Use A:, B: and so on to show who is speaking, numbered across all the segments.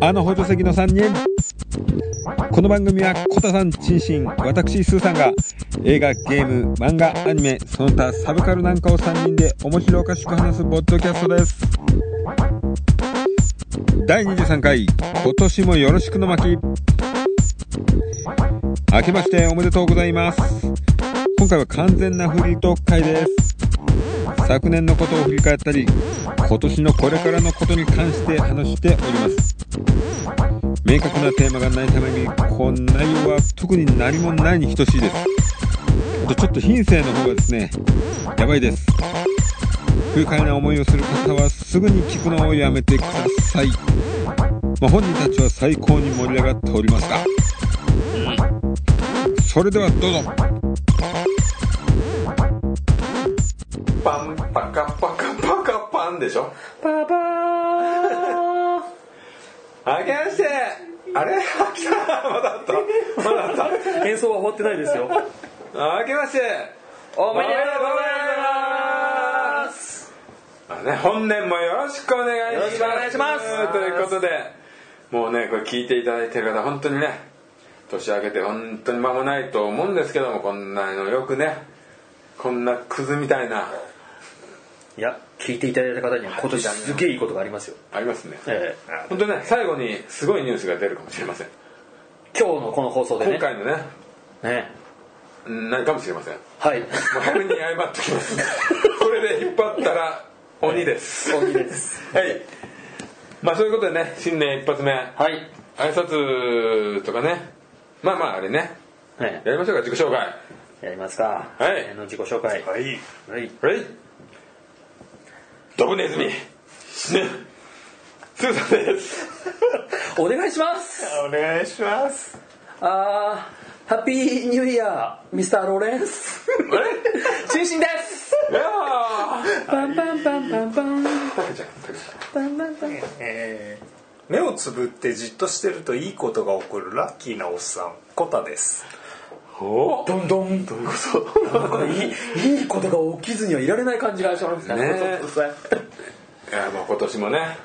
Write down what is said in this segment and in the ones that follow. A: あの補助席の3人この番組はコタさん、チンシン、私、スーさんが映画、ゲーム、漫画、アニメ、その他サブカルなんかを3人で面白おかしく話すポッドキャストです第23回今年もよろしくの巻明けましておめでとうございます今回は完全なフリートーク会です昨年のことを振り返ったり今年のこれからのことに関して話しております明確なテーマがないためにこの内容は特に何もないに等しいですあとちょっと品性の方がですねやばいです不愉快な思いをする方はすぐに聞くのをやめてください、まあ本人たちは最高に盛り上がっておりますがそれではどうぞ
B: パンパカパカパカパンでしょ
C: パパー
B: あけましてあれあ来たまだあったまだあっ
C: 演奏は終わってないですよ
B: たあけまして
C: お
B: おめでとうございますあね本年もよろしくお願いします
C: よろしくお願いします
B: ということでもうねこれ聞いていただいてる方本当にね年明けて本当に間もないと思うんですけどもこんなのよくねこんなクズみたいない
C: や聞いていただいた方には今年すげえいいことがありますよ、
B: ありますね
C: ええ
B: 本当ね最後にすごいニュースが出るかもしれません
C: 今日のこの放送でね
B: 今回のね
C: ね
B: うん何かもしれませんも
C: はいう
B: 早めに謝ってきますこれで引っ張ったら鬼です
C: 大喜利です
B: はいまあそういうことでね新年一発目
C: はい、
B: 挨拶とかねまあまああれね
C: ね
B: やりましょうか自己紹介
C: やりますか
B: はい
C: あの自己紹介はい、
B: いはいドブネズミ死ぬスーさんです
C: お願いします
D: お願いします
C: あーハッピーニューイヤーミスターローレ ンス中心です
B: いやー
C: パンパンパンパンパン
B: たけちゃんたけち
C: パンパンパン
D: えー目をつぶってじっとしてるといいことが起こるラッキーなおっさんコタです
B: ゃんお
C: どんどんどういうこといいいいことが起きずにはいられない感じがしますね
B: ねえいやもう今年もね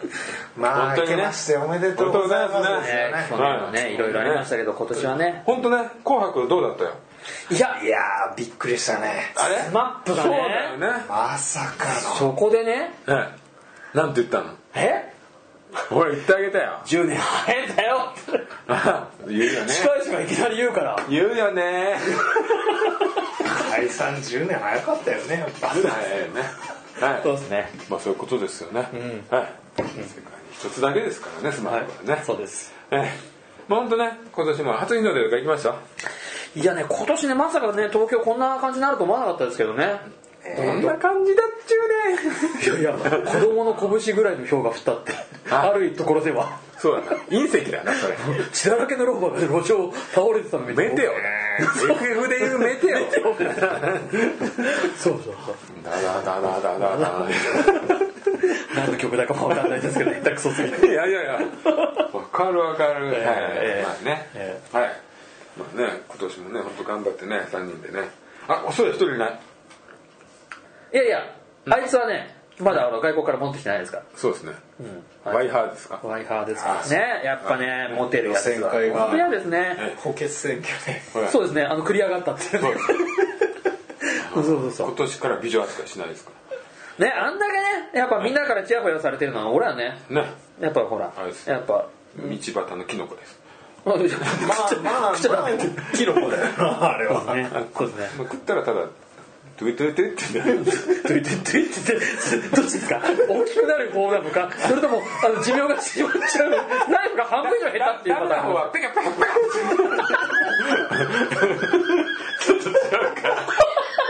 D: ま
B: 本
D: あ、
B: 当
D: 明
B: にね
D: けましておめでとうござい
B: おめでとう
D: ま
B: ご
D: す
B: ざい
D: ね
C: 去年はねいろいろありましたけど今年はね
B: 本当ね紅白どうだったよ
C: いや
D: いやーびっくりしたね
B: あれ
C: スマップが
B: そうだよ
C: ね
B: ね
D: まさか
C: そこでね
B: ええなんて言ったの
C: え
B: ほら言ってあげたよ
C: 10年早いんだよ
B: 言うよね
C: 司会者がいきなり言うから
B: 言うよ ね
D: の解散10年早かったよねやっぱ
B: 言うなよねはい
C: そうですね
B: まあそういうことですよね、はい世界に一つだけですからねスマ
C: は
B: ホはね
C: い、そうです
B: ええまあ本当ね今年も初日の出とか行きました
C: いやね今年ねまさかね東京こんな感じになると思わなかったですけどね
B: どんな感じだっちゅうね
C: いやいや子供の拳ぐらいの氷が降ったって
B: あ
C: 悪いところでは
B: そうだな隕石だなそ れ
C: 血だらけの老婆が路上倒れてたの見
B: メテオ FF で言うメテオ
C: そうそうそう
B: だだだだだだだ
C: 何の曲だかもわかんないですけど下手くそすぎて
B: いやいやいやわかるわかる、はい
C: ええ
B: まあね、
C: え
B: はいまあね今年もね本当頑張ってね3人でねあそうだ一人いない
C: いやいやあいつはねまだあの外国から持ってきてないですから
B: そうですね、
C: はい
B: ワイハーですか
C: ワイハーですからねやっぱねモテるやつ
D: 予
C: は
D: 選会は
C: 本当嫌ですね
B: え
D: 補欠選挙で
B: ほら
C: そうですねあの繰り上がったっていうねそうそうそ
B: 今年から美女扱いしないですか
C: うねあんだけねやっぱみんなからチヤホヤされてるのは俺はね
B: らね
C: やっぱほら
B: あれです
C: やっ
B: 道
C: ぱ
B: 端のキノコです、
C: まあ
D: まあ
C: 口だ
D: まあキロだよなあれは
C: ねそうですね
B: まあ、食ったらただトゥイトゥイトゥイって なる
C: どいてどいてどどっちですか大きくなる方なのかそれともあの寿命が縮まっちゃうナイフが半分以上減ったっていうパ
B: ダメ
C: タ
B: な
C: ー
B: 方
C: ン
B: はペカペカペカ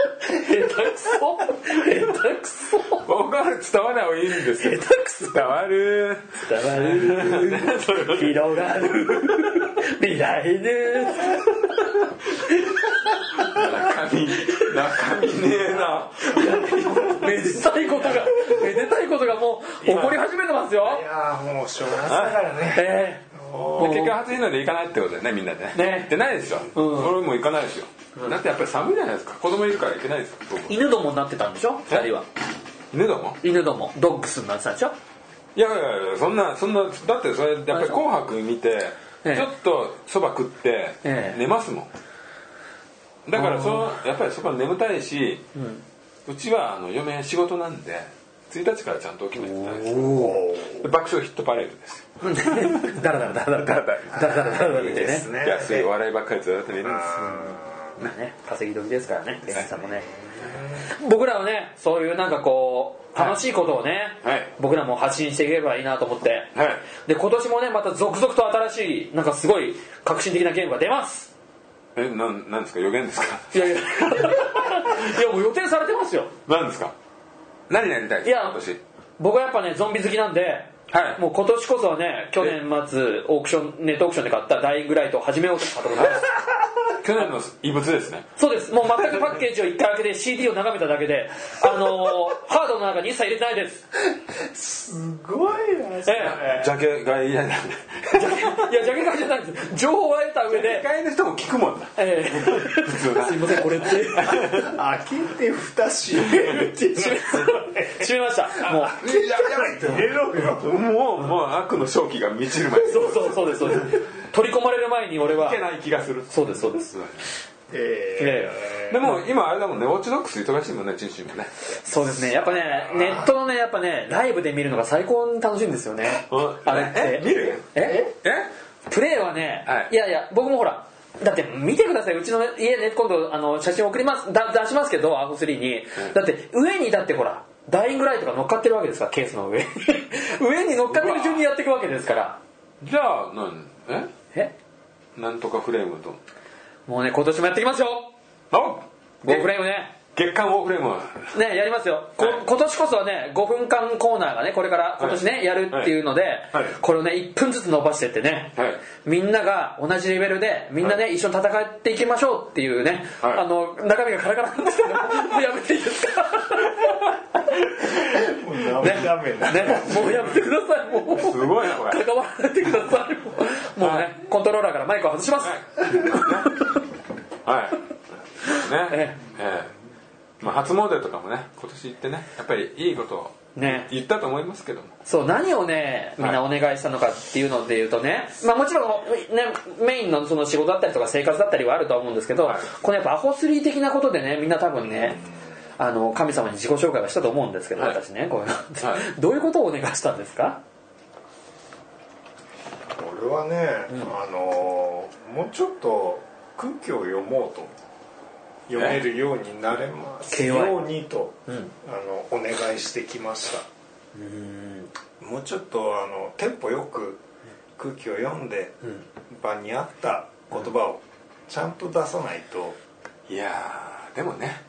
C: 下手くそ下手くそ
B: 僕は伝わらない方がいいんですよ
C: 下手くそ
B: 伝わ る
C: 伝わる広がる未来です
B: 中身中身ねえな
C: めでたいことがめでたいことがもう起こり始めてますよ
D: いやーもうしょうがないからね
C: え
B: で結局初日の出行かないってことだよねみんなでね
C: ね
B: 行ってないですよ、俺も行かないですよ、だってやっぱり寒いじゃないですか子供いるから行けないですよ僕
C: え犬どもになってたんでしょ二人は
B: 犬ども
C: 犬どもドッグスになってたんでしょ
B: いやいやいやそんなそんなだってそれやっぱり「紅白」見てち
C: ええ
B: ょっとそば食って
C: ええ
B: 寝ますもんだからそのやっぱりそば眠たいしうちはあの嫁仕事なんで1日からちゃんと起きないとダメです
D: お
B: で爆笑ヒットパレードですよ
C: だらだらだらだらだらだらだらだら
D: い
C: っ
D: い
C: て
D: で
C: ね
D: すね
B: 安いお笑いばっかりずっと見るんですよ
C: まあね稼ぎ時ですからねレッスンさんもね僕らはねそういうなんかこう楽しいことをね、
B: はい
C: 僕らも発信していければいいなと思って、
B: はい
C: で今年もねまた続々と新しいなんかすごい革新的なゲームが出ます
B: えなんなんですか予言ですか
C: いやいや いやもう予定されてますよ
B: 何ですか何やりたい
C: い
B: ですか
C: や
B: 今年
C: 僕はやっぱねゾンビ好きなんで、
B: はい
C: もう今年こそはね去年末オークションネットオークションで買ったダイイングライトを始めようかと思います
B: 去年の異物ですね
C: そうですもう全くパッケージを1回開けて CD を眺めただけであのー、ハードの中に一切入れてないです
D: すごいな
C: え
B: ジャケ買いやだね
C: えジャケいやジャケ買いじゃないんです情報を得た上で
B: 買いの人も聞くもん だ
C: ええ
B: 通だ
C: すいませんこれ って
D: 開けて蓋閉めるっていうの
C: 閉めましたもう
B: いややばいって
D: 入れろよ
B: もうもう悪の正気が満ちる 前に
C: そうそうそうですそうです取り込まれる前に俺はい
B: けない気がする
C: そうですそうです
D: え
C: ええ
B: でも今あれだもんねウォッチドックス忙しいもんねチンチンもね
C: そうですねやっぱねネットのねやっぱねライブで見るのが最高に楽しいんですよね
B: うん
C: あれって
B: え見る
C: え
B: え
C: プレイはね、
B: はい
C: い、やいや僕もほらだって見てくださいうちの家ね今度あの写真送りますだ出しますけどアホ3に、だって上にだってほらダイイングライトが乗っかってるわけですからケースの上に 上に乗っかってる順にやっていくわけですから
B: じゃあなんえ
C: え
B: なんとかフレームと
C: もうね今年もやっていきますよ
B: お
C: 5フレームね
B: 月間オーフレームは
C: ねやりますよ、こ
B: はい
C: 今年こそはね5分間コーナーがねこれから今年ね、
B: はい
C: やるっていうので、
B: はい
C: これをね1分ずつ伸ばしてってね、
B: はい
C: みんなが同じレベルでみんなね、一緒に戦っていきましょうっていうね、
B: はい
C: あの中身がカラカラなんですけど もうやめていいです か
D: えもうダメだ
C: ねもうやめてくださいもう
B: すごいなこれ
C: 関わらないでくださいもうもうね、
B: はい
C: コントローラーからマイクを外します、
B: はいね
C: え
B: ええまあ初詣とかもね今年行ってねやっぱりいいことを
C: ね
B: 言ったと思いますけども
C: そう何をねみんなお願いしたのかっていうので言うとね、まあ、もちろん、ね、メインのその仕事だったりとか生活だったりはあるとは思うんですけど、
B: はい
C: このやっぱアホスリー的なことでねみんな多分ねあの神様に自己紹介はしたと思うんですけど、
B: はい
C: 私ねこういうのって、
B: はい
C: どういうことをお願いしたんですか
D: 俺はね、あのーもうちょっと空気を読もうと読めるようになれます
C: え
D: ようにと、
C: ん
D: あのお願いしてきましたもうちょっとあのテンポよく空気を読んで、場に合った言葉をちゃんと出さないと、
B: いやーでもね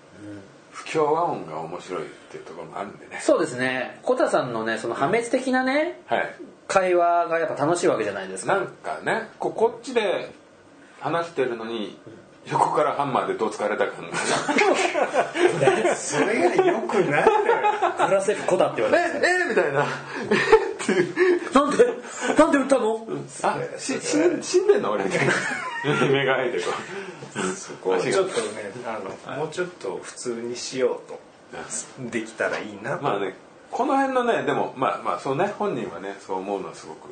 B: 不協和音が面白いっていうところもあるんでね
C: そうですねコタさんのねその破滅的なね
B: はい
C: 会話がやっぱ楽しいわけじゃないですか
B: なんかねここっちで話してるのに横からハンマーでどつかれた 感が
D: それがよくないのよ
C: グラセフコタって言わ
B: え
C: れ
B: えみたいなえっていう
C: てなんでなんで売ったの
B: あし死ん死んでんの俺みたいな目が開いてこ
D: そこをちょっとねあのもうちょっと普通にしようとできたらいいな
B: う
D: と、
B: まあねこの辺のねでもまあまあそうね本人はねそう思うのはすごく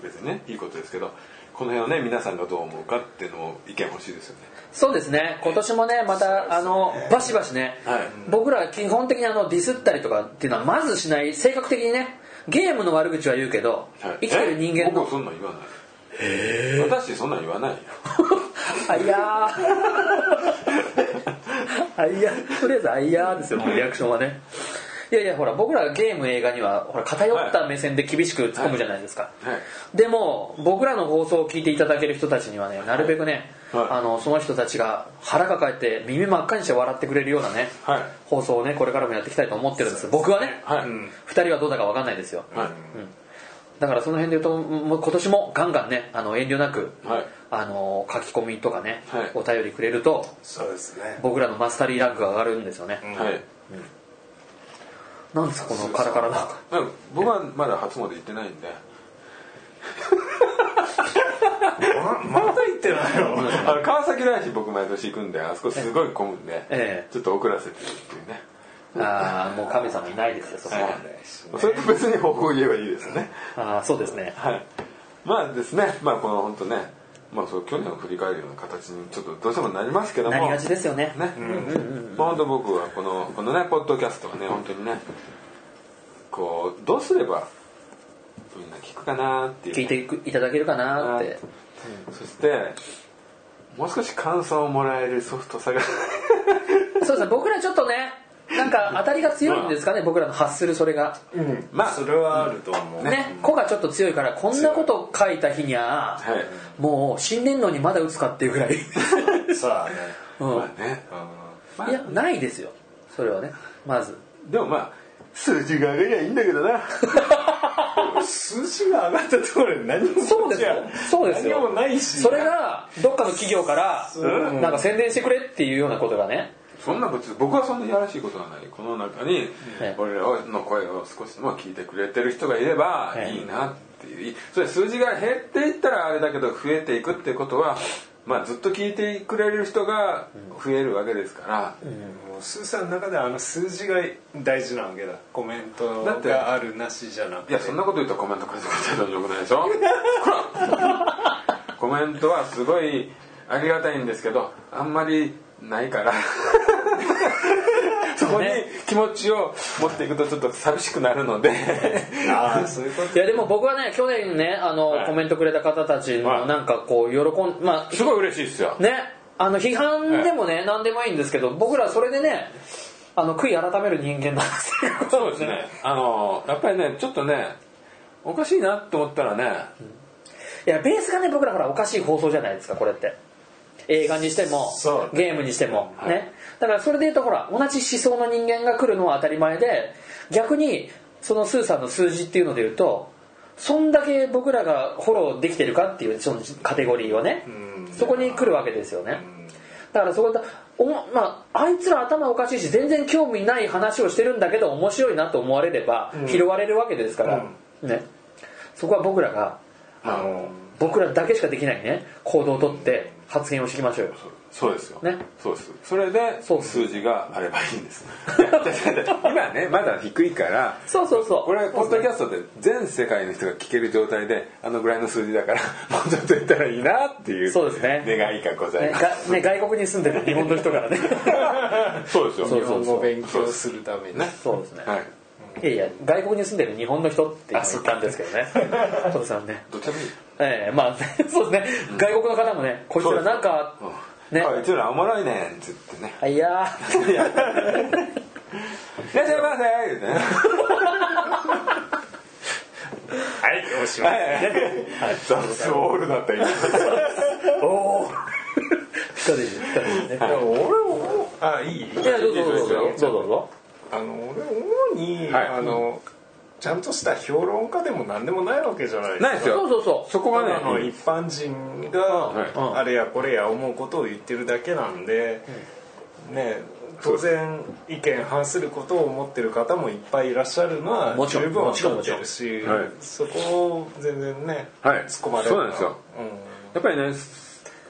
B: 別にねいいことですけどこの辺をね皆さんがどう思うかっていうのを意見欲しいですよね
C: そうですね今年もねまた、あのバシバシね、
B: はい
C: 僕らは基本的にあのディスったりとかっていうのはまずしない性格的にねゲームの悪口は言うけど、
B: はい
C: 生きてる人
B: え
C: 間
B: 僕
C: の
B: そんなん言わない私そんなん言わないよ
C: あいやーあいやとりあえずあいやーですよもうリアクションはねいやいやほら僕らゲーム映画にはほら偏った目線で厳しく突っ込むじゃないですか、
B: はい
C: でも僕らの放送を聞いていただける人たちにはねなるべくね、
B: はい
C: あのその人たちが腹抱えて耳真っ赤にして笑ってくれるようなね、
B: はい
C: 放送をねこれからもやっていきたいと思ってるんです僕はね、
B: はい、
C: 2人はどうだか分かんないですよ、
B: はい
C: だからその辺で言うともう今年もガンガンねあの遠慮なく、
B: はい
C: あの書き込みとかね、
B: はい
C: お便りくれると
D: そうですね
C: 僕らのマスタリーランクが上がるんですよね、
B: はい
C: なんですかこのカラカラな
B: うん僕はまだ初詣行ってない んで
D: ままだ言ってないの
B: あの川崎大師僕毎年行くんであそこすごい混むんで、
C: ええ
B: ちょっと遅らせてるっていうね
C: ああもう神様いないですよそこは、
B: はいそれと別に方向言えばいいですね
C: ああそうですね
B: はいまあですねまあこの本当ねまあそう去年を振り返るような形にちょっとどうしてもなりますけども
C: なりがちですよね
B: ね、まあ本当僕はこのこのねポッドキャストはね本当にねこうどうすればみんな聞くかなっていう
C: 聞いていただけるかなって
B: そしてもう少し感想をもらえるソフトさが
C: そうですね僕らちょっとねなんか当たりが強いんですかね、僕らの発するそれが
D: うん
B: まあ
D: それはあると思う
C: ね子がちょっと強いからこんなこと書いた日にゃ、
B: い
C: もう新年度にまだ打つかっていうぐら い、
D: さあ ね
C: うん
B: まあね、ま
C: いやないですよそれはねまず
B: あ、でもまあ数字が上がりゃいいんだけどな
D: 数字が上がったところで 何も
C: そうですよそうですよ
D: 何もないし
C: それがどっかの企業から
D: うん
C: なんか宣伝してくれっていうようなことがね
B: そんな別に僕はそんなやらしいことはないこの中に
C: はい
B: 俺らの声を少しでも聞いてくれてる人がいれば
C: はい
B: いいなっていうそれ数字が減っていったらあれだけど増えていくってことはまあずっと聞いてくれる人が増えるわけですから、
D: もうスーさんの中ではあの数字が大事なわけだコメント
B: だって
D: があるなしじゃなく
B: い
D: て
B: やそんなこと言うとコメント返してくれたらよ くないでしょほらコメントはすごいありがたいんですけどあんまりないから そこに気持ちを持っていくとちょっと寂しくなるので
D: ああそういうこと
C: いやでも僕はね去年ねあの、
B: はい
C: コメントくれた方たち
B: は
C: の
B: い
C: なんかこう喜んま あ
B: すごい嬉しいですよ
C: ねあの批判でもね、何でもいいんですけど僕らそれでねあの悔い改める人間なんですよ
B: そうですねあのやっぱりねちょっとねおかしいなと思ったらね、
C: いやベースがね僕らほらおかしい放送じゃないですかこれって映画にしても
D: そう
C: ゲームにしても、
B: はい
C: ねだからそれで言うとほら同じ思想の人間が来るのは当たり前で逆にそのスーさんの数字っていうので言うとそんだけ僕らがフォローできてるかっていうそのカテゴリーをね
D: うん
C: そこに来るわけですよねだからそこだおもまあ、あいつら頭おかしいし全然興味ない話をしてるんだけど面白いなと思われれば拾われるわけですから、ね、そこは僕らがあの僕らだけしかできないね行動をとって発言をしていきましょうよ
B: そうですよ、
C: ね
B: そうですそれで
C: そうです
B: 数字があれば いいんです今ねまだ低いから
C: そうそうそう
B: これポッドキャストで全世界の人が聞ける状態であのぐらいの数字だから もうちょっといったらいいなっていう
C: そうですね
B: 願いがござい
C: ね
B: ます、
C: がね外国に住んでる日本の人からね
B: そうですよ
C: そう
D: 日本語を勉強するために
B: ね
C: そうですね、
B: はい
C: い、やいや外国に住んでる日本の人って言ったんですけどねトドさんね
B: どっちでもいい
C: ええまあ そうですね、外国の方もねこいつらなんか
B: ね
C: ね
B: あいつらおもろいねんっつってね
C: あいやー
B: いやいらっしゃいませ言うてね
D: はいおしまい
B: ザッツオールだった今
C: おお人です人ですね
D: いや俺もあいい
C: いやどうぞどうぞどうぞどうぞ
D: あの俺主に、
B: はい
D: あのちゃんとした評論家でも何でもないわけじゃないですか
B: ないです
C: そう
B: よ
C: そうそう
B: そこ
D: た
B: は
D: だの
B: ね
D: 一般人
B: は
D: があれやこれや思うことを言ってるだけなんで、ね当然意見反することを思ってる方もいっぱいいらっしゃるのは
C: もち
D: 十
C: ろん
D: 分わ
C: もちろん
D: かってるし、
B: はい
D: そこを全然ね、
B: はい
D: 突っ込まれる
B: そうなんですよ
D: う
B: やっぱりね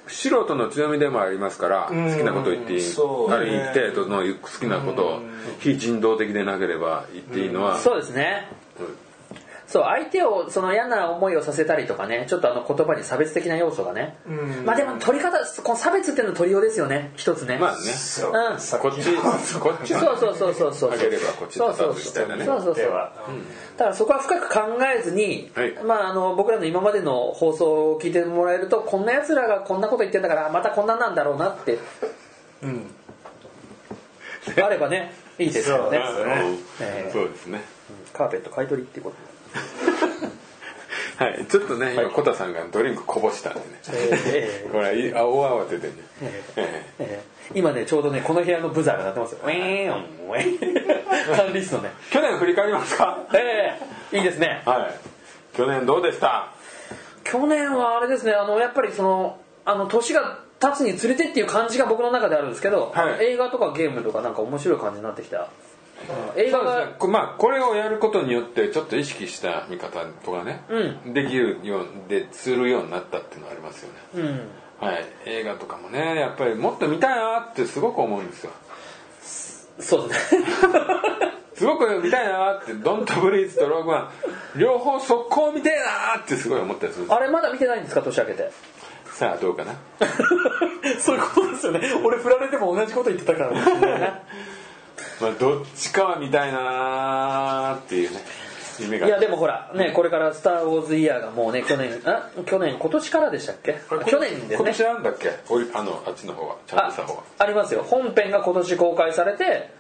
B: 素人の強みでもありますから
D: ん
B: 好きなこと言っていい
D: そう
B: あれ言ってとの好きなことを非人道的でなければ言っていいのは
C: そうですね
B: うん
C: そう相手をその嫌な思いをさせたりとかねちょっとあの言葉に差別的な要素がね、
D: ん
C: まあでも取り方この差別っていうのは取りようですよね一つね
B: まあね
D: そう
C: うん
D: さっき
B: こっちこっち
C: そうそうそうそうそう
B: あげればこっち
C: そ
B: 叩
C: う
B: く
C: そ
B: みた
C: うそう
B: いなね
C: そうそう
D: で
C: そう
D: は、
C: だからそこは深く考えずに、
B: はい
C: まあ、あの僕らの今までの放送を聞いてもらえるとこんなやつらがこんなこと言ってんだからまたこんなんなんだろうなって、あればねいいですよね
D: そう
B: うんそうですね
C: カーペット買い取りっていうこと
B: はいちょっとね今コタさんがドリンクこぼしたんでね
C: え
B: これいあ大慌てでねええ
C: ーえー今ねちょうどねこの部屋のブザーが鳴ってますよウィーンウィーン 管理室のね
B: 去年振り返りますか
C: ええいいですね
B: はい去年どうでした
C: 去年はあれですねあのやっぱりそのあの年が経つにつれてっていう感じが僕の中であるんですけど、
B: はい
C: 映画とかゲームとかなんか面白い感じになってきた、うん映画
B: そうです
C: が
B: ねこまあこれをやることによってちょっと意識した見方とかね、
C: う
B: できるようでするようになったっていうのはありますよね、
C: うん
B: はい映画とかもねやっぱりもっと見たいなってすごく思うんですよ
C: そうですね
B: すごく見たいなーってドントブリーズとローグワン両方速攻見てえなーってすごい思ったりする
C: あれまだ見てないんですか年明けて
B: さあどうかな
C: そういうことですよね俺振られても同じこと言ってたからですね
B: まあどっちかは見たいなーっていうね夢が
C: いやでもほらねこれから「スター・ウォーズ・イヤー」がもうね去年あ去年今年からでしたっけ
B: これ
C: 去年です
B: 今
C: ね
B: 年なんだっけおりあのあっちの方はチャン
C: あ
B: ネルさんの方は
C: ありますよ本編が今年公開されて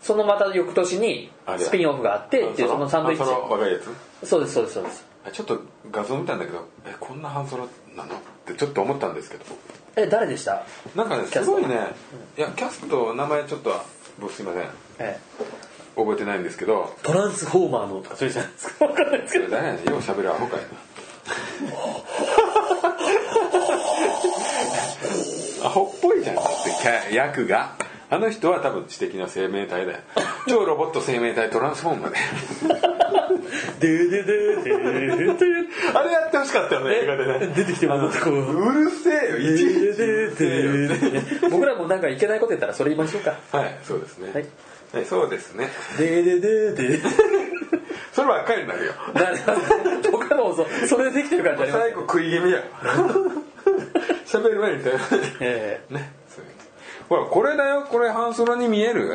C: そのまた翌年に
B: あれだ
C: スピンオフがあってっていうそのサンドイッ
B: 半ソロ
C: チ
B: 若いやつ
C: そうですそうですそうです
B: あちょっと画像見たんだけどえこんな半ソロなのってちょっと思ったんですけど
C: え誰でした
B: なんかね
C: キャ
B: す
C: スト
B: ごいねいやキャスト名前ちょっと僕すいません
C: え
B: 覚えてないんですけど
C: トランスフォーマーのとかそういうじゃないですか分かんないです
B: そ
C: け
B: れ誰やねんよう喋るアホかいな アホっぽいじゃんだってキャ役があの人は多分知的な生命体だよ超ロボット生命体トランスフォーマーで
C: どででででで
B: あれやってほしかったよね映画でね
C: 出てきてもらったこう
B: うるせえよいちいちうるせえよ
C: 僕らもなんかいけないこと言ったらそれ言いましょうか
B: はいそうですね
C: はい
B: はいそうですね
C: でででで
B: そればっかりになるよ
C: なります他のもそうそれでできてる感じあります
B: 最後食い気味だよ 喋る前に食べる
C: え え
B: ねそういうほらこれだよこれ半ソロに見える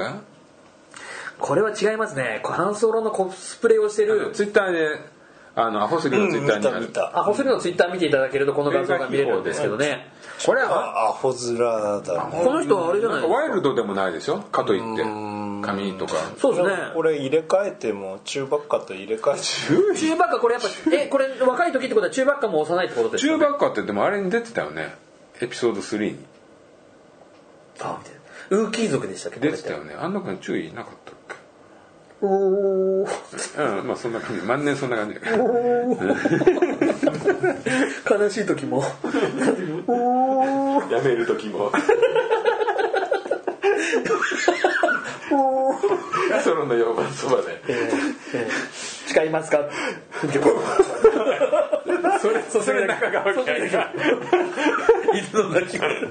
C: これは違いますね半ソロのコスプレをしてる
B: ツイッターであのアホスリのツイッターにある、
D: うん見た見た
C: あホスリのツイッター見ていただけるとこの画像が見れるんですけどね
B: これは
D: あアホ面だね
C: この人はあれじゃ
B: な
C: なんい
B: か
C: ですか
B: ワイルドでもないでしょかといって髪とか
C: そうですね
D: これ入れ替えても中ばっかと入れ替えて
C: 中ばっかこれやっぱ えこれ若い時ってことは中ばっかも幼いってことです
B: 中
C: よね
B: ばっかってでもあれに出てたよねエピソード3に
C: あみたいなウーキー族でしたっけこれ
B: 出
C: ってて
B: たよねあんな君注意なかったっ
C: おー
B: けうんまあそんな感じ万年そんな感じだから
C: おー悲しい時も おー
B: やめる時も
C: おー
B: ソロの4番 そばで
C: ええ誓いますかそれそ
B: それ中川家 が
C: 犬の鳴き声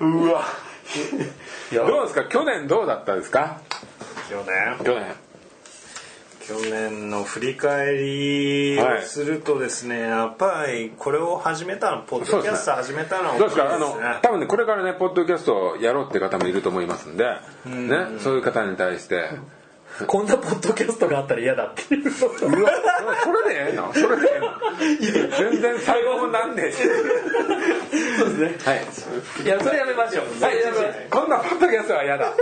B: うわ
C: いや
B: どうですか去年どうだったですか
D: 去年
B: 去年
D: 去年の振り返りをするとですね、やっぱりこれを始めたのポッドキャスト始めたのは
B: どうで
D: 大き
B: す
D: い
B: かあ
D: で
B: の
D: すね
B: 多分ねこれからねポッドキャストをやろうって方もいると思いますんでねそういう方に対して
C: こんなポッドキャストがあったら嫌だっていう
B: うわそれでええのそれでええの全然最後もなんで
C: そうですね
B: はい
C: いやそれやめましょうそれやめましょう
B: こんなポッドキャストは嫌だ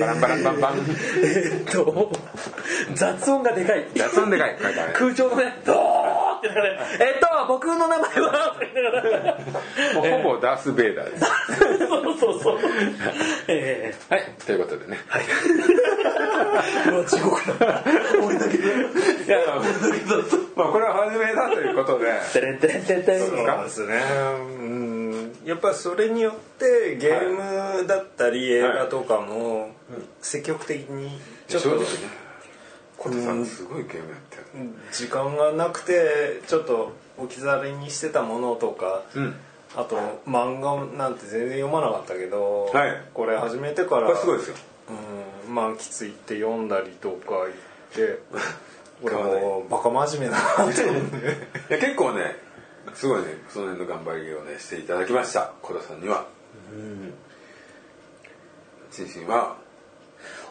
B: バランバランバンバン
C: えーっと雑音がでかい
B: 雑音でかい書いてある
C: 空調のねドーってなんかねえーっと僕の名前はって言いながら
B: もうほぼダース・ベイダーですは
C: そうそうそうええ
B: いということでね
C: うわ地獄だ俺だけで
B: いやまあまあこれは初めだということで
C: てれんてれんてれんてれん
B: そう
D: そうですねうんやっぱそれによってゲームだったり映画とかも積極的にちょっ
B: 正直
D: と
B: ねこれさすごいゲームやってる
D: 時間がなくてちょっと置き去りにしてたものとか、
B: ん
D: あと漫画なんて全然読まなかったけど、
B: はい
D: これ始めてから
B: これすごいですよ
D: うん満喫行って読んだりとか行 って俺
B: 買わない
D: もうバカ真面目だなって思って
B: いや結構ねすごいねその辺の頑張りをねしていただきました小田さんにはうん心身は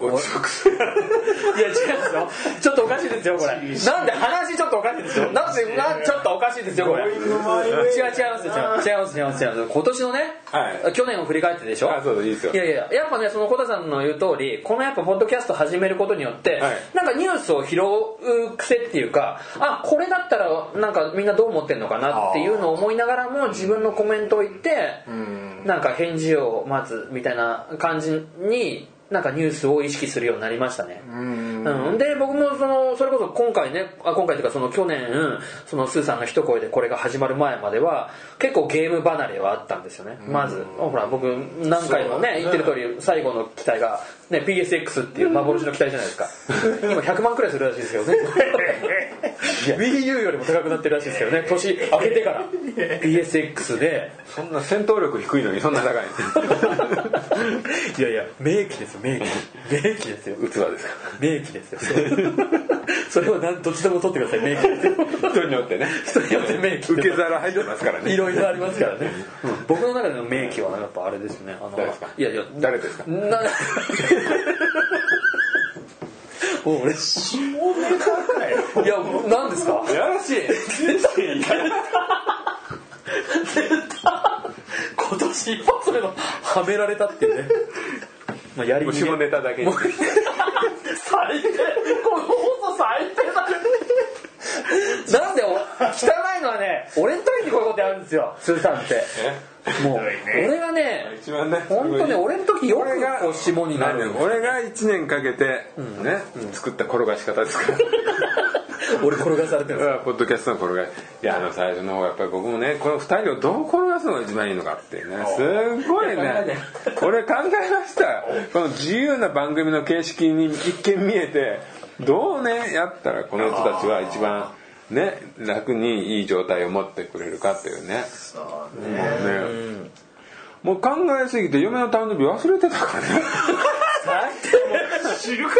B: おちそくそ
C: いや違うんですよちょっとおかしいですよこれなんで話ちょっとおかしいですよなんでなんちょっとおかしいですよこれ違う違いますよ違う違います違います違います今年のね、
B: はい
C: 去年を振り返ってでしょ
B: あそうだいいですよ
C: いやいややっぱねその小田さんの言う通りこのやっぱポッドキャスト始めることによって、
B: はい
C: なんかニュースを拾う癖っていうかあこれだったらなんかみんなどう思ってんのかなっていうのを思いながらも自分のコメントを言って、なんか返事を待つみたいな感じになんかニュースを意識するようになりましたね。うん、で僕もそのそれこそ今回ねあ今回というかその去年そのスーさんの一声でこれが始まる前までは結構ゲーム離れはあったんですよねまずほら僕何回もね言ってる通り最後の期待がね、PSX っていう幻の機体じゃないですか今100万くらいするらしいですけどね WiiU よりも高くなってるらしいですけどね年明けてから PSX で
B: そんな戦闘力低いのにそんな高い
C: いやいや名機ですよ名機名機ですよ
B: 器ですか
C: 名機ですよ それはなんどっちでも取ってください名機ですよ
B: 人によってね
C: 人によって名 機
B: 受け皿入ってますからね
C: いろいろありますからね、僕の中での名機はやっぱあれですねあの
B: 誰ですか
C: いやいや
B: 誰ですか
C: なもう俺しいやもう何ですか
B: やらしい
C: 今年一発目のはめられたっていうねまあやりにね
B: 下ネタだけに
C: もう最低この放送最低だなんでお汚いのはね俺の時にこういうことやるんですよ通さんってもう俺がね
B: 一番ね
C: 本当ね俺の時よく
B: 俺が
C: こう下になるんですよ
B: 俺が1年かけてね作った転がし方ですから
C: 俺転がされてるんですよ
B: うんポッドキャストの転がしいやあの最初の方やっぱり僕もねこの2人をどう転がすのが一番いいのかっていうねすごいねこれ考えましたこの自由な番組の形式に一見見えてどうねやったらこの人たちは一番ね楽にいい状態を持ってくれるかっていうね
D: そう
B: もう
D: ね
B: ねもう考えすぎて嫁の誕生日忘れてたからね
D: 知るかよ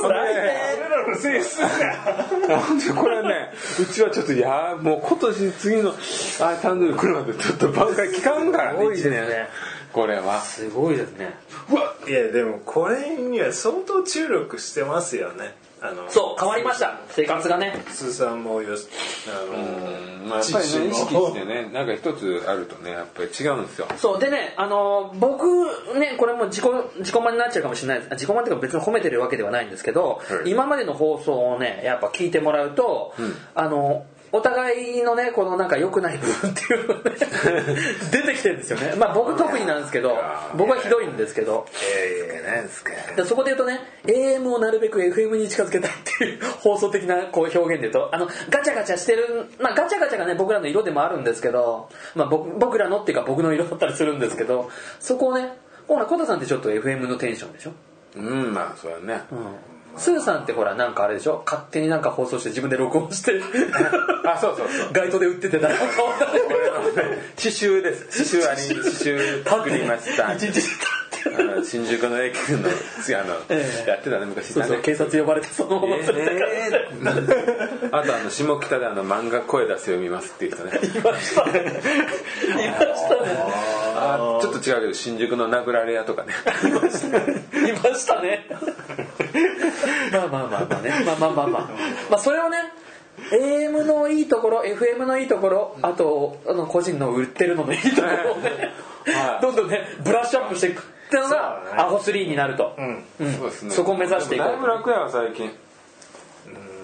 B: 最低
D: 俺らの性質が
B: 本当にこれはねうちはちょっといやもう今年次のあ誕生日来るまでちょっと挽回期間からね一年
C: ね
B: これは
C: すごいですね
D: いやでもこれには相当注力してますよねあの
C: そう変わりました生活がね
D: スーさんもよしあ
B: う
D: の
B: んまあやっぱり
D: 父
B: ね
D: も
B: 意識してねなんか一つあるとねやっぱり違うんですよ
C: そうでねあのー僕ねこれも自己自己満になっちゃうかもしれないですあ自己満っていうか別に褒めてるわけではないんですけど、
B: い
C: 今までの放送をねやっぱ聞いてもらうと、あのお互いのねこのなんか良くない部分っていうの がね出てきてるんですよねまあ僕特になんですけど僕はひどいんですけど
D: ええなんですか
C: でそこで言うとね AM をなるべく FM に近づけたいっていう 放送的なこう表現で言うとあのガチャガチャしてる、まあ、ガチャガチャがね僕らの色でもあるんですけど、まあ、僕僕らのっていうか僕の色だったりするんですけどそこをねほらコタさんってちょっと FM のテンションでしょ、
B: うんまあそれはね
C: スーさんってほらなんかあれでしょ勝手になんか放送して自分で録音して
B: あそうそう そう
C: 街頭で売ってて誰も買わない
B: 刺繍です刺繍あり刺繍作りました
C: 一日
B: あの新宿の駅の次あの
C: ええ
B: やってたね昔
C: そう
B: ね
C: そう警察呼ばれてそのまま連れて帰って、
B: あとあの下北であの漫画声出せ読みますっていう人ね
C: いましたねいましたね
B: あちょっと違うけど新宿の殴られ屋とかね
C: いましたね。まあまあまあまあね。まあまあまあまあ。まあそれをね、AM のいいところ、FM のいいところ、あと、あの、個人の売ってるののいいところをね
B: は、い
C: どんどんね、ブラッシュアップしていくってのが、アホ3になると。うん
B: そうですね
C: そこを目指していこ
B: でもだいぶ楽やわ最近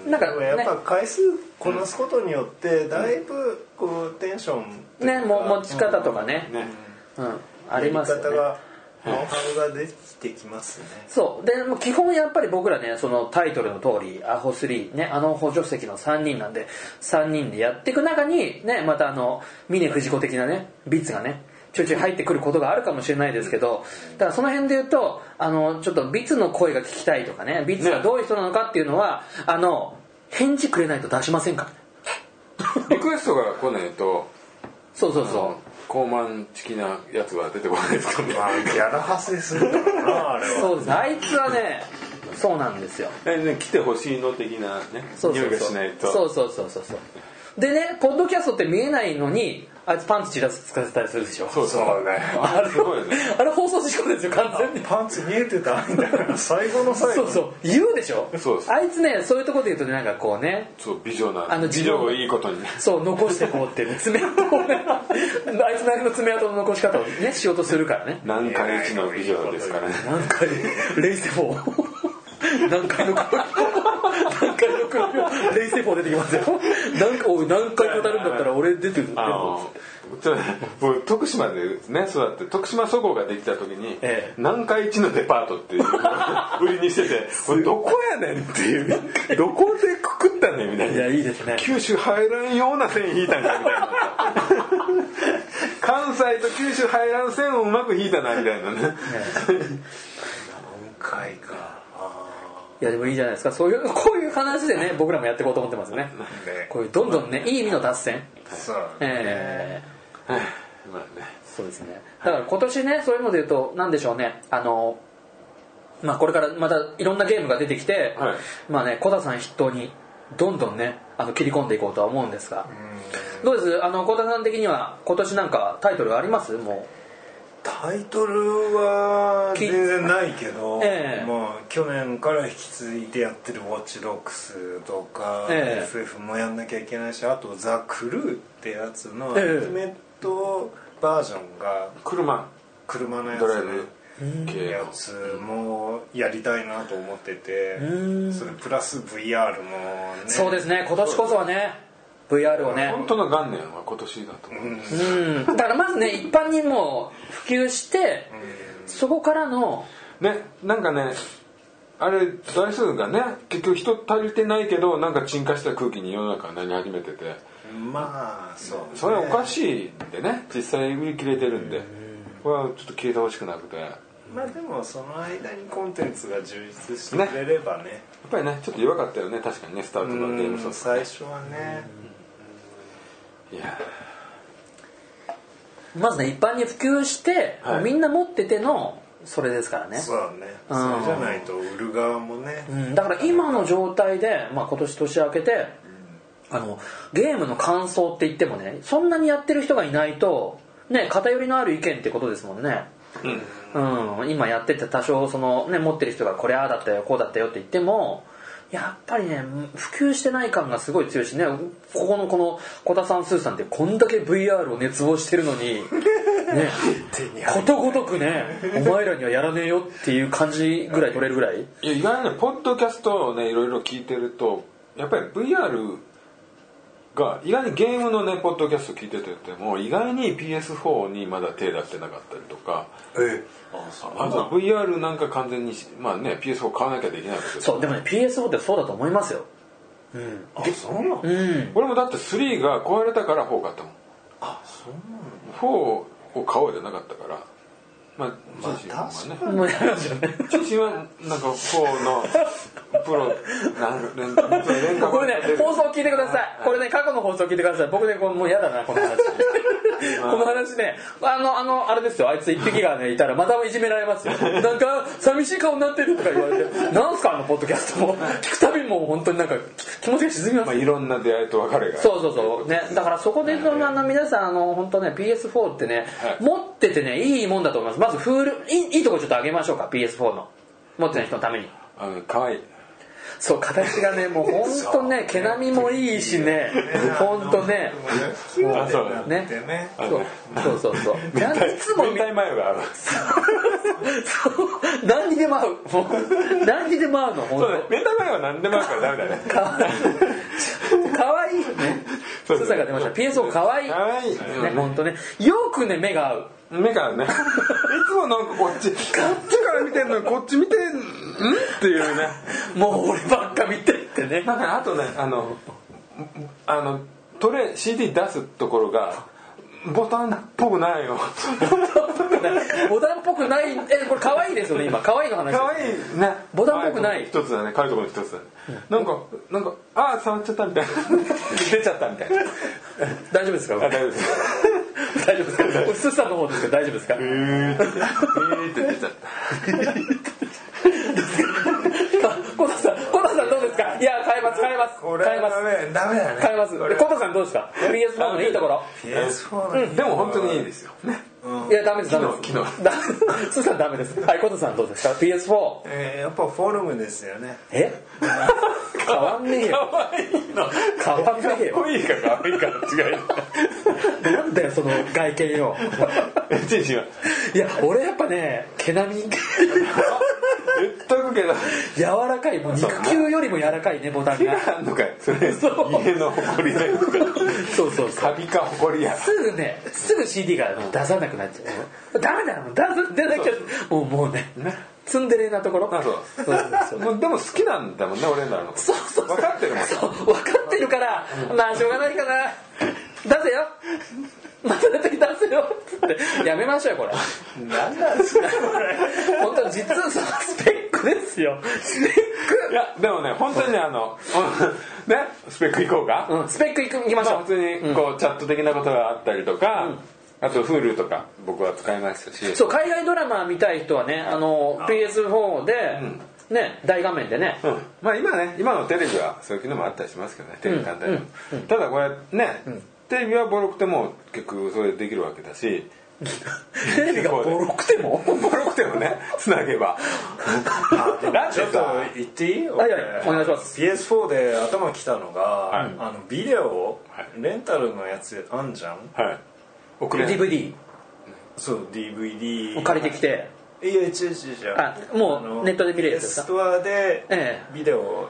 C: う。なん
D: で
C: か
D: もやっ
C: ね
D: ぱ、回数こなすことによってだいぶこうテンションという
C: ね、
D: か
C: も持ち方とかね、
B: ね
C: うん、ありますよ
D: やり
C: ね
D: 方。がノウハウができてきますね
C: そうでもう基本やっぱり僕らねそのタイトルの通りアホ3ねあの補助席の3人なんで3人でやっていく中にねまたあの峰不二子的なねビッツがねちょいちょい入ってくることがあるかもしれないですけどだからその辺で言うとあのちょっとビッツの声が聞きたいとかねビッツがどういう人なのかっていうのはあの返事くれないと出しませんからね
B: リクエストが来ないと
C: そうそうそ
B: 高慢的なやつは出てこないですからね
D: まあギャラ発生するのからなあれ
C: う
D: は
C: そうですあいつはねそうなんですよ
B: えね来てほしいの的なね
C: そうそ
B: 匂いうが
C: そう
B: しないと
C: そうそうそうそうそうでねポッドキャストって見えないのにあいつパンツちらつかせたりするでしょ
B: そうそう
D: そうね
C: あれ
B: すごいね
C: あれ放送事故ですよ完全に
D: パンツ見えてたみたいな最後の最
C: そ
D: 後
C: うそう言うでしょ
B: そうです
C: あいつねそういうとこで言うとねなんかこうね
B: そう美女な
C: あの
B: 美女をいいことにね
C: そう残してこうっていう爪痕をね あいつなりの爪痕の残し方をねしようとするからね
B: 何回一の美女ですからね
C: 何回レイセフォー 何回の黒い何回の黒いレイセフォー出てきますよ何回おい何回語るんだったら俺出てる
B: あのちょっとね僕徳島でね育って徳島そごうができた時に
C: ええ
B: 南海一のデパートっていうのを売りにしててこれどこやねんっていうどこでくくったねんみたい
C: い
B: な
C: やいいですね
B: 九州入らんような線引いたんかみたいな関西と九州入らん線をうまく引いたなみたいなね
D: 回か
C: いやでもいいじゃないですかそういう こういう話でね僕らもやっていこうと思ってますね
D: で
C: こういうどんどんねいい意味の脱線
D: そう
C: ええ
B: まあね
C: そうですねだから今年ねそういうので言うと何でしょうねあのまあこれからまたいろんなゲームが出てきて、
B: はい
C: まあね小田さん筆頭にどんどんねあの切り込んでいこうとは思うんですが、どうですあの小田さん的には今年なんかタイトルありますも
D: タイトルは
C: き
D: 全然ないけど、
C: ええ
D: まあ、去年から引き継いでやってる「ウォッチドックス」とか、
C: ええ
D: FF もやんなきゃいけないしあと「ザ・クルー」ってやつのア
C: ええ
D: ルティメットバージョンが
B: 車
D: 車のやつ
B: ドライブ系
D: や
B: の
D: つもやりたいなと思ってて
C: うん
D: それプラス VR もね
C: うそうですね今年こそはね VR をね
B: 本当の元年は今年だと思う、
D: うん
C: うんだからまずね一般にもう普及してそこからの
B: ねなんかねあれ台数がね結局人足りてないけどなんか沈下した空気に世の中はなり始めてて
D: まあそう、ね、
B: それはおかしいんでね実際売り切れてるんでこれはちょっと消えてほしくなくてやっ
D: まあでもその間にコンテンツが充実してくれればね
B: ぱりねちょっと弱かったよね確かにねスタートのゲームソ
D: うん
B: フ
D: 最初はね
B: トいや
C: まずね一般に普及して、
B: はい
C: みんな持っててのそれですからね
D: そうだねそれじゃないと売る側もね
C: うん、だから今の状態で、まあ、今年年明けて、あのゲームの感想って言ってもねそんなにやってる人がいないと、ね、偏りのある意見ってことですもんね、うん今やってて多少その、ね、持ってる人がこれああだったよこうだったよって言ってもやっぱりね普及してない感がすごい強いしねここのこの小田さんスーさんってこんだけ VR を熱望してるの に。ね、ことごとくねお前らにはやらねえよっていう感じぐらい取れるぐらい
B: いや意外にねポッドキャストをねいろいろ聞いてるとやっぱり VR が意外にゲームのねポッドキャスト聞いててても意外に PS4 にまだ手出してなかったりとか
D: えあそう
B: あと VR なんか完全にしまあね PS4 買わなきゃできないわけど
C: そうでもね PS4 ってそうだと思います よ
D: あそうなの
C: うん
B: 俺もだって3が壊れたから4買ったもん
D: あそうなの
B: 4を買おうじゃなかったからまあ
D: まあ
B: 自身はね
D: 確か
C: もうやめま しょうね
B: 自身はなんか4のプロなん連連
C: こ れね放送聞いてくださいこれね過去の放送聞いてください僕ねこのもう嫌だなこの 話この話ねあのあのあれですよあいつ一匹がねいたらまたいじめられますよなんか寂しい顔になってるとか言われてなんすかあのポッドキャストも聞くたびにもう本当になんか気持ちが沈みます
B: まあいろんな出会いと別れが
C: そうそうそうねだからそこでそのあの皆さんあの本当ね PS4 ってね、
B: はい
C: 持っててねいいもんだと思いますまずフールいいいいとこちょっと上げましょうか PS4 の持ってない人のために
B: あの可愛い
C: そう形がねもう本当 ね毛並みもいいしね本当ね
D: キュ
B: あそう
D: ーってなってね
C: そうそうそうそう何つも
B: 明
C: み
B: 太マヨがある
C: そう何にでも合うもう何にでも合うの
B: そう
C: 本
B: ね明太マヨは何でもあるからダメだね
C: 当かわいいかわいいよね
B: そ
C: ス
B: うそう
C: ーさんが出ました PS4 かわいい
B: 可愛い
C: ね本当ねよくね目が合う
B: 目からねいつもなんかこっちこっちから見てんのにこっち見てんんっていうね
C: もう俺ばっか見てって ね
B: なんかあとねあのあのトレ CD 出すところがボタンっぽくないよ
C: ボタンっぽくないえこれ可愛いですよね今可愛いの話
B: 可愛いね
C: ボタンっぽくない
B: 一つだね可愛いところの一つだねなんかなんかああ触っちゃったみたいな出ちゃったみたいな
C: 大丈夫ですか
B: あ大丈夫です
C: 大丈夫です かこれスーさんの方ですけど大丈夫ですか
B: えーってえーって出ちゃった
C: コタさんコタさんどうですかいや買えます買えます
D: これ
C: 買えま
D: はダ
C: す
D: メダメだね
C: 買えますコタさんどうですか PS4 のいいところ
D: PS4 の
B: でも本当にいいですよね
C: いやダメですダメです
B: 昨日昨
C: ダメ スーさんダメですはいコタさんどうですか PS4
D: えーやっぱフォルムですよね
C: え変わんねえよ
B: 可愛いの
C: 変わんねえ
B: かっ
C: よ
B: こいいか可愛いかの違い
C: なんだよその外見よ
B: チンチンはい
C: や俺やっぱね毛並 み
B: 言っとくけど
C: 柔らかいもう肉球よりも柔らかいねボタンが
B: あんのかいそれ
C: そう
B: 家の誇りだよ
C: そうそうそう
B: カビか誇りや
C: すぐねすぐ CD が出さなくなっちゃうダメだよもう出さ出なきゃもうもうねツンデレなところ
B: あそう
C: そうそう
B: もうでも好きなんだもんね俺らのこと
C: そうそうそう
B: 分かってるもん
C: そう分かってるからまあしょうがないかな出せよまた出てき出せよつってやめましょうよこれ
D: なんなんですか
C: 本当実はそのスペッックですよスペッ
B: いやでもね本当にねあの、うん ねスペック行こうか、
C: ク、うん、スペックいくいきまし
B: まあ、
C: ょう、
B: 普通にこうチャット的なことがあったりとか、あと Hulu とか僕は使いましたし
C: そう海外ドラマ見たい人はねあの PS4 で、ね大画面でね、
B: うんまあ今ね今のテレビはそういう機能もあったりしますけどねテレビ単体でも、ただこれね、テレビはボロくても結局それできるわけだし
C: テレビがボロくても
B: ボロくてもねつなげ ばだっ
D: ち
B: て
D: ょっと
B: さ
D: 言っていい
C: はいはいお願いします
D: PS4 で頭きたのが、
B: い
D: あのビデオ
B: はい
D: レンタルのやつあんじゃん
B: はい送れない
C: DVD
D: そう DVD
C: を借りてきて
D: いや違う違う違う
C: あもう
D: あの
C: ネットで見れるやつですか
D: ストアで
C: ええ
D: ビデオ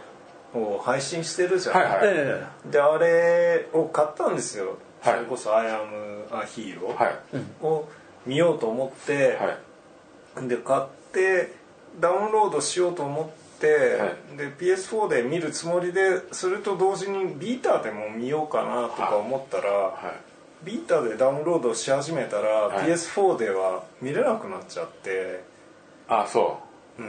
D: を配信してるじゃん、
B: はいはい、
C: え
D: であれを買ったんですよ、
B: はい
D: それこそ「アイアム・ア・ヒーロー」
B: はい
D: を見ようと思って、
B: はい
D: で買ってダウンロードしようと思って、
B: は
D: で PS4 で見るつもりですると同時にビーターでも見ようかなとか思ったら、
B: はい
D: ビーターでダウンロードし始めたら、
B: い
D: PS4 では見れなくなっちゃって
B: あそ
D: うん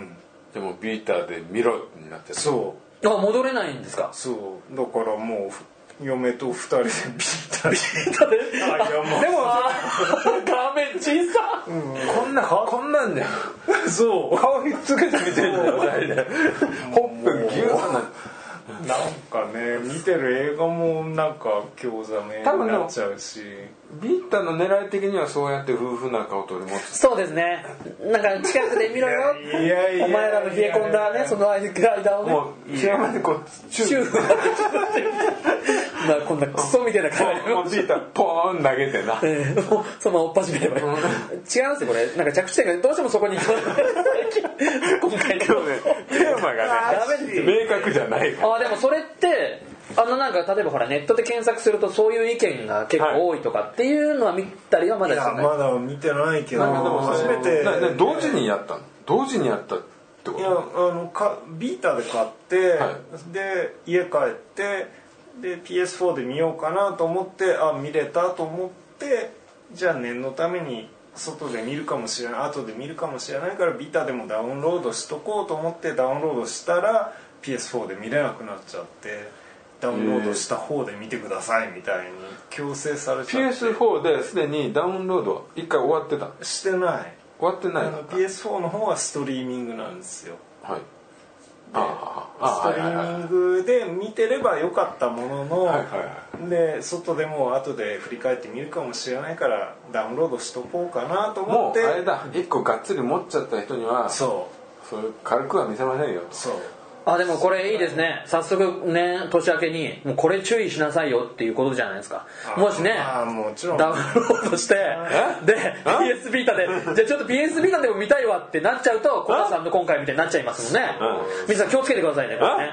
B: うでもビーターで見ろになってる
D: そ
C: えあ戻れないんですか
D: うそうだからもう嫁と二人でビー ターであいやもう
B: でも
C: 画面小さ
B: こんなこんなんじゃん
D: そう
B: 顔ひっつけて見てるんだよ二人でほっぺギューな
D: なんかね見てる映画もなんか興ざめになっちゃうし
B: ビーターの狙い的にはそうやって夫婦仲を取り持つ
C: そうですねなんか近くで見ろよ
D: いやいやいや
C: お前らの冷え込んだねその間をね
B: もう試合までこうチュ
C: チュ
B: ー
C: ー まあこんなクソみたいな
B: ポ
C: 顔
B: ーンもうビーターポーン投げてな
C: ええもうそのまま追っ始めればいい違うんですよこれなんか着地点がどうしてもそこに行きます今回
B: 今日ねテーマがね明確じゃないから
C: ああでもそれってあのなんか例えばほらネットで検索するとそういう意見が結構多いとかっていうのは見たりはま
D: い
C: だし
D: や
C: ない
D: まだ見てないけど
B: なんかでも
D: 初めて
B: なな同時にやったの同時にやったってこ
D: い
B: と
D: やあのかビーターで買って、
B: は
D: で家帰ってで PS4 で見ようかなと思ってあ見れたと思ってじゃあ念のために外で見るかもしれない後で見るかもしれないからビーターでもダウンロードしとこうと思ってダウンロードしたら PS4 で見れなくなっちゃってダウンロードした方で見てくださいみたいに強制されちゃって
B: PS4 ですでにダウンロード一回終わってた
D: してない
B: 終わって
D: あ
B: ないの
D: の PS4 の方はストリーミングなんですよ
B: はいああ
D: ス
B: ああ
D: トリ
B: はいはいはい
D: ーミングで見てればよかったものの、
B: はいはい
D: で外でも後で振り返って見るかもしれないからダウンロードしとこうかなと思
B: も
D: っ
B: う
D: て
B: あれだ一個がっつり持っちゃった人には
D: そ
B: そういう軽くは見せませんよ
D: うそう
C: あでもこれいいですね早速ね年明けにもうこれ注意しなさいよっていうことじゃないですか
D: あ
C: もしね
D: あもちろん
C: ダウンロードしてで PS ビータでじゃあちょっと PS ビータでも見たいわってなっちゃうと小田さんの今回みたいになっちゃいますもんね皆さん気をつけてくださいねこれね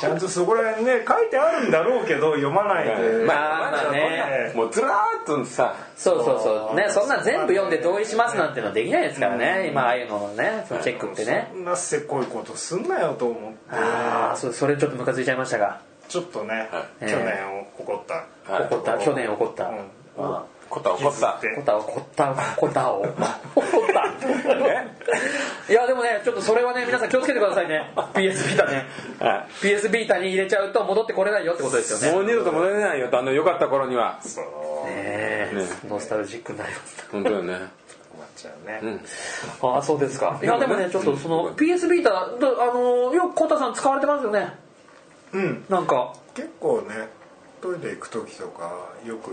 D: ちゃんとそこら辺ね書いてあるんだろうけど読まないで、
C: まあまあね
B: もうずらーっとさ
C: そうそうそうねそんな全部読んで同意しますなんてのはできないですからね今ああいうのをねそのチェックってね
D: そんなせこいことすんなよと思って
C: ああそうそれちょっとムカついちゃいましたが
D: ちょっとね、
B: はい
D: 去年起こった、
B: はい
C: 怒った去年起こった、
D: うん
C: まあ
B: ことは起こった
D: 傷ついて
C: コタをコタコタ をコタいやでもねちょっとそれはね皆さん気をつけてくださいね PS ビータね
B: は
C: PS ビータに入れちゃうと戻ってこれないよってことですよね
B: もう二度と戻れないよとあの良かった頃には
D: そう
C: ねえノスタルジックになります
B: 本当よね
D: 困っちゃうね、
C: ああそうですかいやでもねちょっとその PS ビータどあのーよくコタさん使われてますよね
D: うん
C: なんか
D: 結構ねトイレ行く時とかよく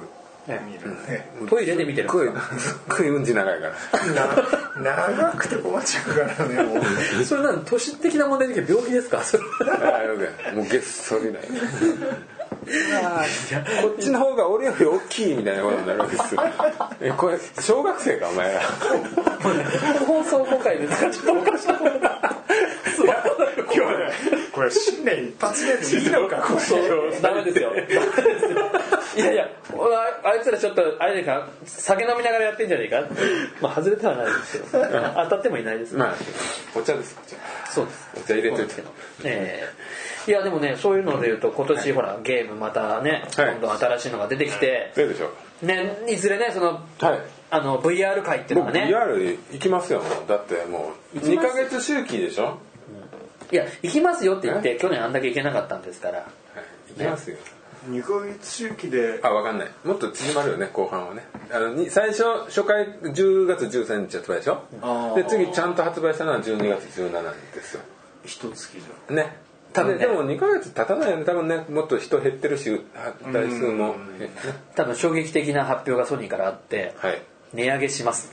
D: 見るね、
C: トイレで見てるんですか
B: すっごいうんち長いから
D: な長くて困っちゃうからねもう
C: それなん都市的な問題で病気ですかそれ
B: あよくもうげっそりだよこっちの方が俺より大きいみたいなことになるわけですよえこれ小学生かお前ら
C: 放送公開でなんかちょっとおかしな ことすまない
D: 今日ねこれ新年一発目でいいのかこ れ
C: ダメですよ。いやいや、俺ああいつらちょっと、あれですか、酒飲みながらやってんじゃねえか。まあ、外れてはないですよ。当たってもいないです。
B: まあお茶ですお茶
C: そうです。
B: お茶入れとい
C: そうです
B: て
C: けどえいやでもねそういうのでいうと今年ほらゲームまたね
B: はい
C: どんどん新しいのが出てきて
B: どうでしょう
C: ねいずれねその
B: はい
C: あの VR 界っていうの
B: 僕
C: がね
B: VR 行きますよもうだってもう2ヶ月周期でしょ
C: いや行きますよって言って去年あんだけ行けなかったんですから
B: 行きますよ
D: 2ヶ月周期で
B: あわかんないもっと縮まるよね後半はねあのに最初初回10月13日発売でしょ
D: あー
B: で次ちゃんと発売したのは12月17日ですよ
D: 一月じゃん
B: ね
C: 多分ね
B: ででも2ヶ月経たないよね多分ねもっと人減ってるし台数もね
C: 多分衝撃的な発表がソニーからあって
B: はい
C: 値上げします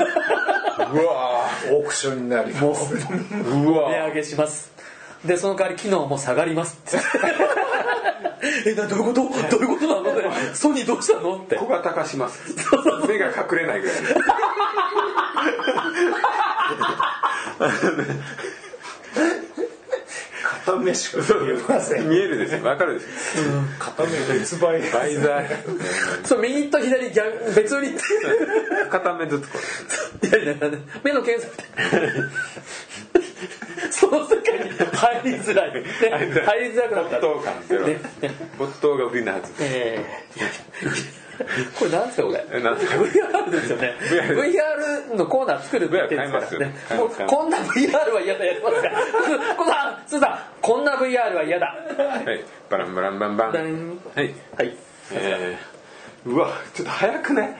B: うわ
D: オークションになります
B: うわ
C: 値上げしますでその代わり機能も下がりますって えなどういうことどういうことなのってソニーどうしたのって
B: 小型化します目が隠れないぐらい
D: 片目しか見えません
B: 見えるでしょわかるでしょ
D: 片目別売
B: バイザー
C: そう右と左逆別売りって
B: 片目ずつこ
C: いやいやいや目の検査 その世界に入りづらい、ね、入
B: う
C: りづらくなった
B: 没頭感ゼロ
C: ね
B: 没頭が売りなはず
C: えーこれなんですかこれ
B: えなんですか
C: VR ですよね VR のコーナー作るって言ってんですから
B: VR 買いま
C: ね
B: すよ
C: もうこんな VR は嫌だやりますからこんなすずさんこんな VR は嫌だ
B: はいバランバランバンバン
C: ダ
B: は
C: イ
B: い
C: ンはい
B: えーうわちょっと早くね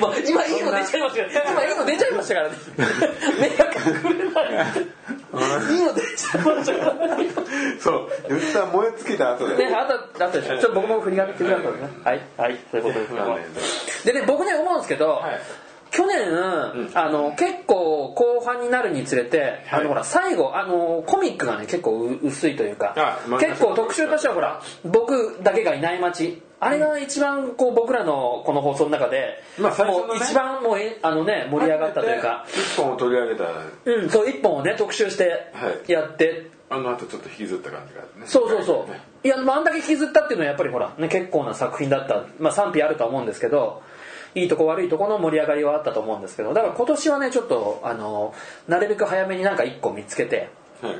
C: まあ、今いいの出ちゃいましたよ今いいの出ちゃいましたからね迷惑くれないいいの出ちゃいましたからね
B: そう吉田燃え尽きた後で
C: ねあとあとでしょちょっと僕も振り上げてくださいねはいはいそういうことです
B: なんで
C: でね僕ね思うんですけど、
B: い
C: 去年、あの結構後半になるにつれて、あのほら最後あのコミックがね結構う薄いというか
B: あ漫画
C: 結構特集としてはほら僕だけがいない街あれが一番こう僕らのこの放送の中で、
B: まあ最初
C: も
B: のね
C: う一番もうえあのね盛り上がったというか、
B: 一本を取り上げた
C: うん、そう一本をね特集して
B: はい
C: やって、
B: あの後ちょっと引きずった感じがあるね
C: そうそうそういやでもあんだけ引きずったっていうのはやっぱりほら、ね、結構な作品だった、まあ、賛否あるとは思うんですけどいいとこ悪いとこの盛り上がりはあったと思うんですけどだから今年はねちょっとあのなるべく早めになんか1個見つけて、
B: はい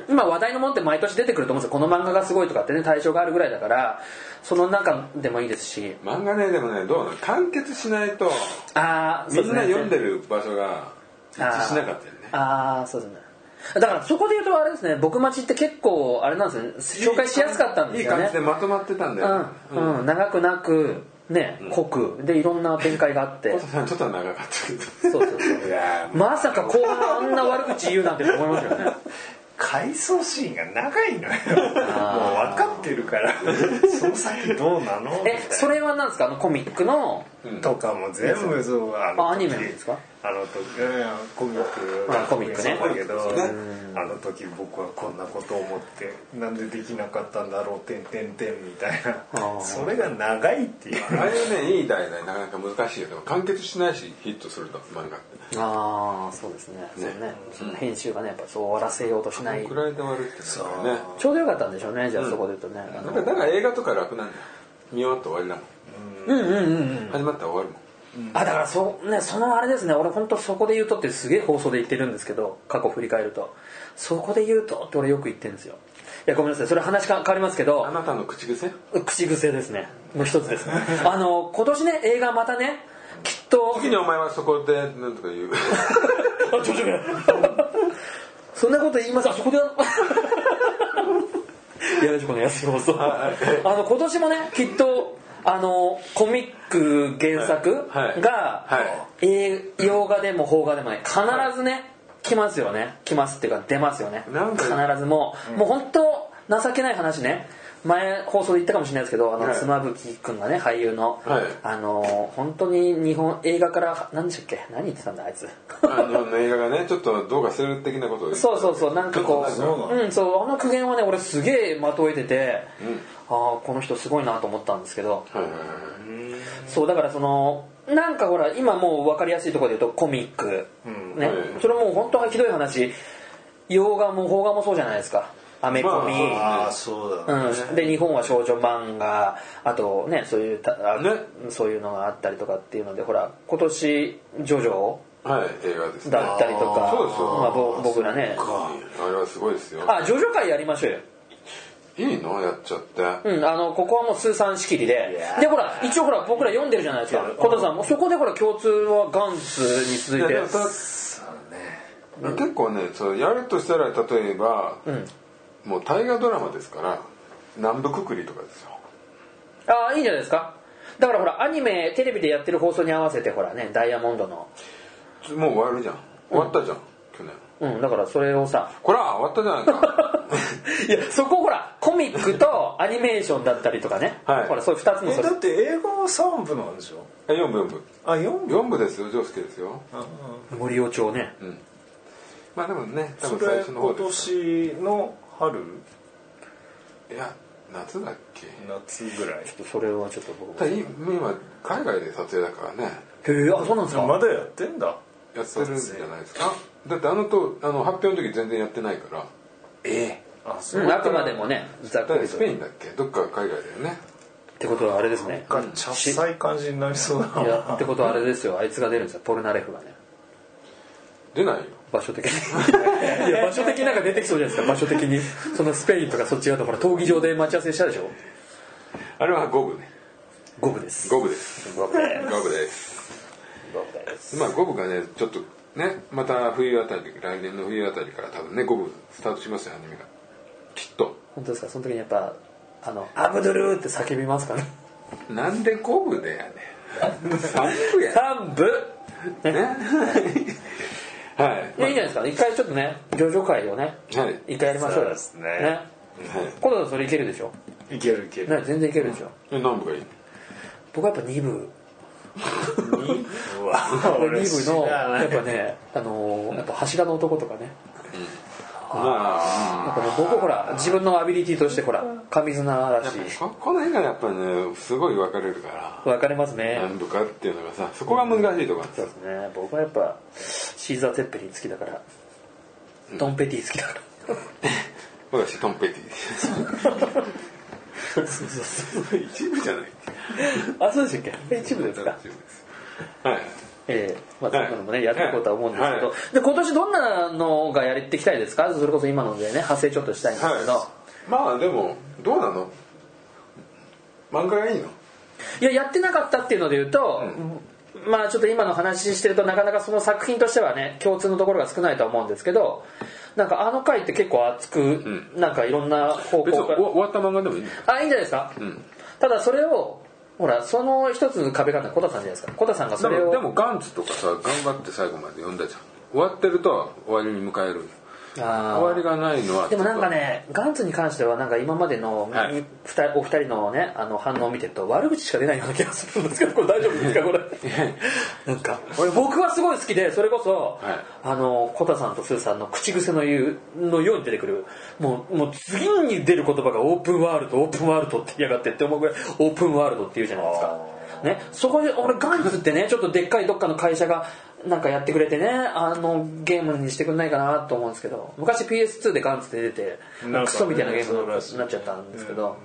C: 今話題のものって毎年出てくると思うんですよこの漫画がすごいとかってね対象があるぐらいだからその中でもいいですし
B: 漫画ねでもねどうなの完結しないと
C: ああ
B: みんな読んでる場所が一致しなかったよね
C: あーあーそうですねだからそこで言うとあれですね僕待ちって結構あれなんですね紹介しやすかったんですよね
B: いい感じでまとまってたんだよね
C: うんうん、長くなくね濃くでいろんな展開があ って
B: 小田さんちょっと長かったけど
C: そうそうそう
B: いや
C: まさか後半あんな悪口言うなんて思いますよ ね
D: 回想シーンが長いのよもう分かってるからその先どうなの
C: えそれは何ですかあのコミックの
D: とかも全部そうあ
C: あ
D: の
C: アニメなんですか
D: あの時いやいやコミック
C: あコミックね
D: そうだけど
B: そうね
D: あの時僕はこんなことを思ってなんでできなかったんだろうてんてんてんみたい
C: あー
D: なそれが長いっていう
B: ああいうねいい題材なかなか難しいよでも完結しないしヒットすると漫画って
C: ああそうですねそうねその編集がねやっぱそう終わらせようとしない
B: このくらいで終わるっていうのがね
C: ちょうどよかったんでしょうねじゃあそこで言うとね、あ
B: だ
C: の
B: からだから映画とか楽なんだよ見終わって終わりだもんうんうんうん始まったら終わるもん
C: あだからそ,、ね、そのあれですね俺本当そこで言うとってすげえ放送で言ってるんですけど過去振り返るとそこで言うとって俺よく言ってるんですよいやごめんなさいそれ話変わりますけど
B: あなたの口癖
C: 口癖ですねもう一つですねあの今年ね映画またねきっ と
B: 次にお前はそこでなんとか言う
C: あちょちょちょそんな こと言いますあそこでいやらしくお願いしますあの今年もねきっとあのコミック原作が、
B: はいはいは
C: えー洋画でも邦画でもね必ずね、来ますよね来ますっていうか出ますよね
B: なんで
C: 必ずもう、もう本当情けない話ね前放送で言ったかもしれないですけどあの、
B: はい
C: 妻夫木君がね俳優の、
B: はい
C: あの本当に日本映画から何でしたっけ何言ってたんだあいつ
B: あの映画がねちょっとどうかする的なことを言って
C: そうそうそうなんかこ
B: そうな
C: ううんそうあの苦言はね俺すげえまとえてて、ああこの人すごいなと思ったんですけど、
B: はいはいはい
C: そうだからそのなんかほら今もう分かりやすいところで言うとコミック、ね
B: はい
C: それもう本当はひどい話洋画も邦画もそうじゃないですかアメコミ、
B: ま
D: ああそうだ
C: うん、で日本は少女漫画あとねそういうたあ
B: ね
C: そういうのがあったりとかっていうのでほら今年ジョジョ
B: はい映画ですね
C: だったりとか
B: そうですよ
C: まあ、ぼ僕らね
B: あれはすごいですよ
C: あジョジョ会やりましょうよ
B: いいのやっちゃって
C: うん、あのここはもう通算仕切りででほら一応ほら僕ら読んでるじゃないですか小田さんもそこでほら共通はガンツに続い
B: い
C: て
B: やでもた結構ねそうやるとしたら例えば、もう大河ドラマですから南部くくりとかですよ
C: ああいいんじゃないですかだからほらアニメテレビでやってる放送に合わせてほらねダイヤモンドの
B: もう終わるじゃん終わったじゃん、去年
C: うんだからそれを さ
B: こら終わったじゃない か
C: いやそこほらコミックとアニメーションだったりとかね、
B: はい
C: ほらそういう2つの
D: え
C: それ
D: だって映画は三部なんでしょ
B: え4部4部
D: あ四部
B: 4部ですよ丈介ですよ
C: 森尾町ね、
B: まあでもね多
D: そ
B: 分最
D: れ
B: 初の方
D: 今
B: です
D: 年の春
B: いや夏だっけ
D: 夏ぐらい
C: それはちょっと僕
B: ただい今海外で撮影だからね
C: へえあそうなんですか、
D: まだやってんだ
B: やってるんじゃないですかだってあのとあの発表の時全然やってないからえ
D: あそう
C: うん、あくまでもねざっ
B: だ
C: く
B: って
C: りと
B: ス
C: っ
B: ペインだっけどっか海外だよね
C: てことはあれですね
D: なんかちゃっさい感じになりそうだ
C: いやっ
D: な
C: てことはあれですよあいつが出るんですよポルナレフがね
B: 出ないよ
C: 場所的にいや場所的になんか出てきそうじゃないですか場所的にそのスペインとかそっち側とほら闘技場で待ち合わせしたでしょ
B: あれは五部ね
C: 五分です
B: 五部です
C: 五分で
B: 五部です
C: す
B: まあ五部がねちょっとねまた冬あたり来年の冬あたりから多分ね五部スタートしますよアニメがきっと
C: 本当ですかその時にやっぱあのアブドゥルーって叫びますかね
B: なんで五部でやねん三部や
C: 三部
B: ねはい
C: いやいいじゃないですかね一回ちょっとね上場会をね
B: はい
C: 一回やりましょうよ
D: そうですね
B: はい
C: 今度はそれいけるでしょ
D: いけるいける
C: ね全然いけるでしょ
B: え何部がいいの
C: 僕はやっぱ二部
D: うわ
C: 二部
D: 俺知
C: の
D: らな
C: や
D: い
C: っぱねあのーやっぱ柱の男とかね
B: まあ
C: やっぱね僕ほら自分のアビリティとしてほら上綱嵐
B: ここの辺がやっぱねすごい分かれるから
C: 分かれますね
B: 何部かっていうのがさそこが難しいとこなんです
C: そう
B: よ
C: ですね僕はやっぱシーザー・テッペリン好きだからドン・ペティ好きだから
B: 私トンペティ一部じゃない
C: あそうでしたっけえ一部ですか
B: 一部ですはい
C: ええまあそういうのもねやっていこうとは思うんですけど
B: は
C: で今年どんなのがやっていきたいですかそれこそ今のでね派生ちょっとしたいんですけど
B: はいまあでもどうなの漫画がいいの
C: いややってなかったっていうので言うと、まあちょっと今の話してるとなかなかその作品としてはね共通のところが少ないとは思うんですけどなんかあの回って結構熱く、なんかいろんな方
B: 別に
C: 向
B: 終
C: か
B: わ終わった漫画でもいいんだよ
C: らあいいんじゃないですか、ただそれをほらその一つの壁があったのは小田さんじゃないですか小田さんがそれ
B: でも
C: を
B: でもガンツとかさ頑張って最後まで読んだじゃん終わってると終わりに迎える
C: あー
B: 終わりがないのは
C: でもなん
B: ち
C: か
B: ょっ
C: ねガンツに関してはなんか今までの、
B: はい
C: にふたお二人のねあの反応を見てると悪口しか出ないような気がするんですけどこれ大丈夫ですかこれ なんか俺僕はすごい好きでそれこそ、
B: はい
C: あのコタさんとスーさんの口癖の言うのように出てくるもうもう次に出る言葉がオープンワールドオープンワールドって言いやがってって思うぐらいオープンワールドって言うじゃないですかね、そこで俺ガンツってねちょっとでっかいどっかの会社がなんかやってくれてねあのゲームにしてくんないかなと思うんですけど昔 PS2 でガンツって出て
D: なんかね
C: クソみたいなゲームになっ
D: そ
C: ち
D: う
C: ゃ
D: ら
C: っちゃったんですけど、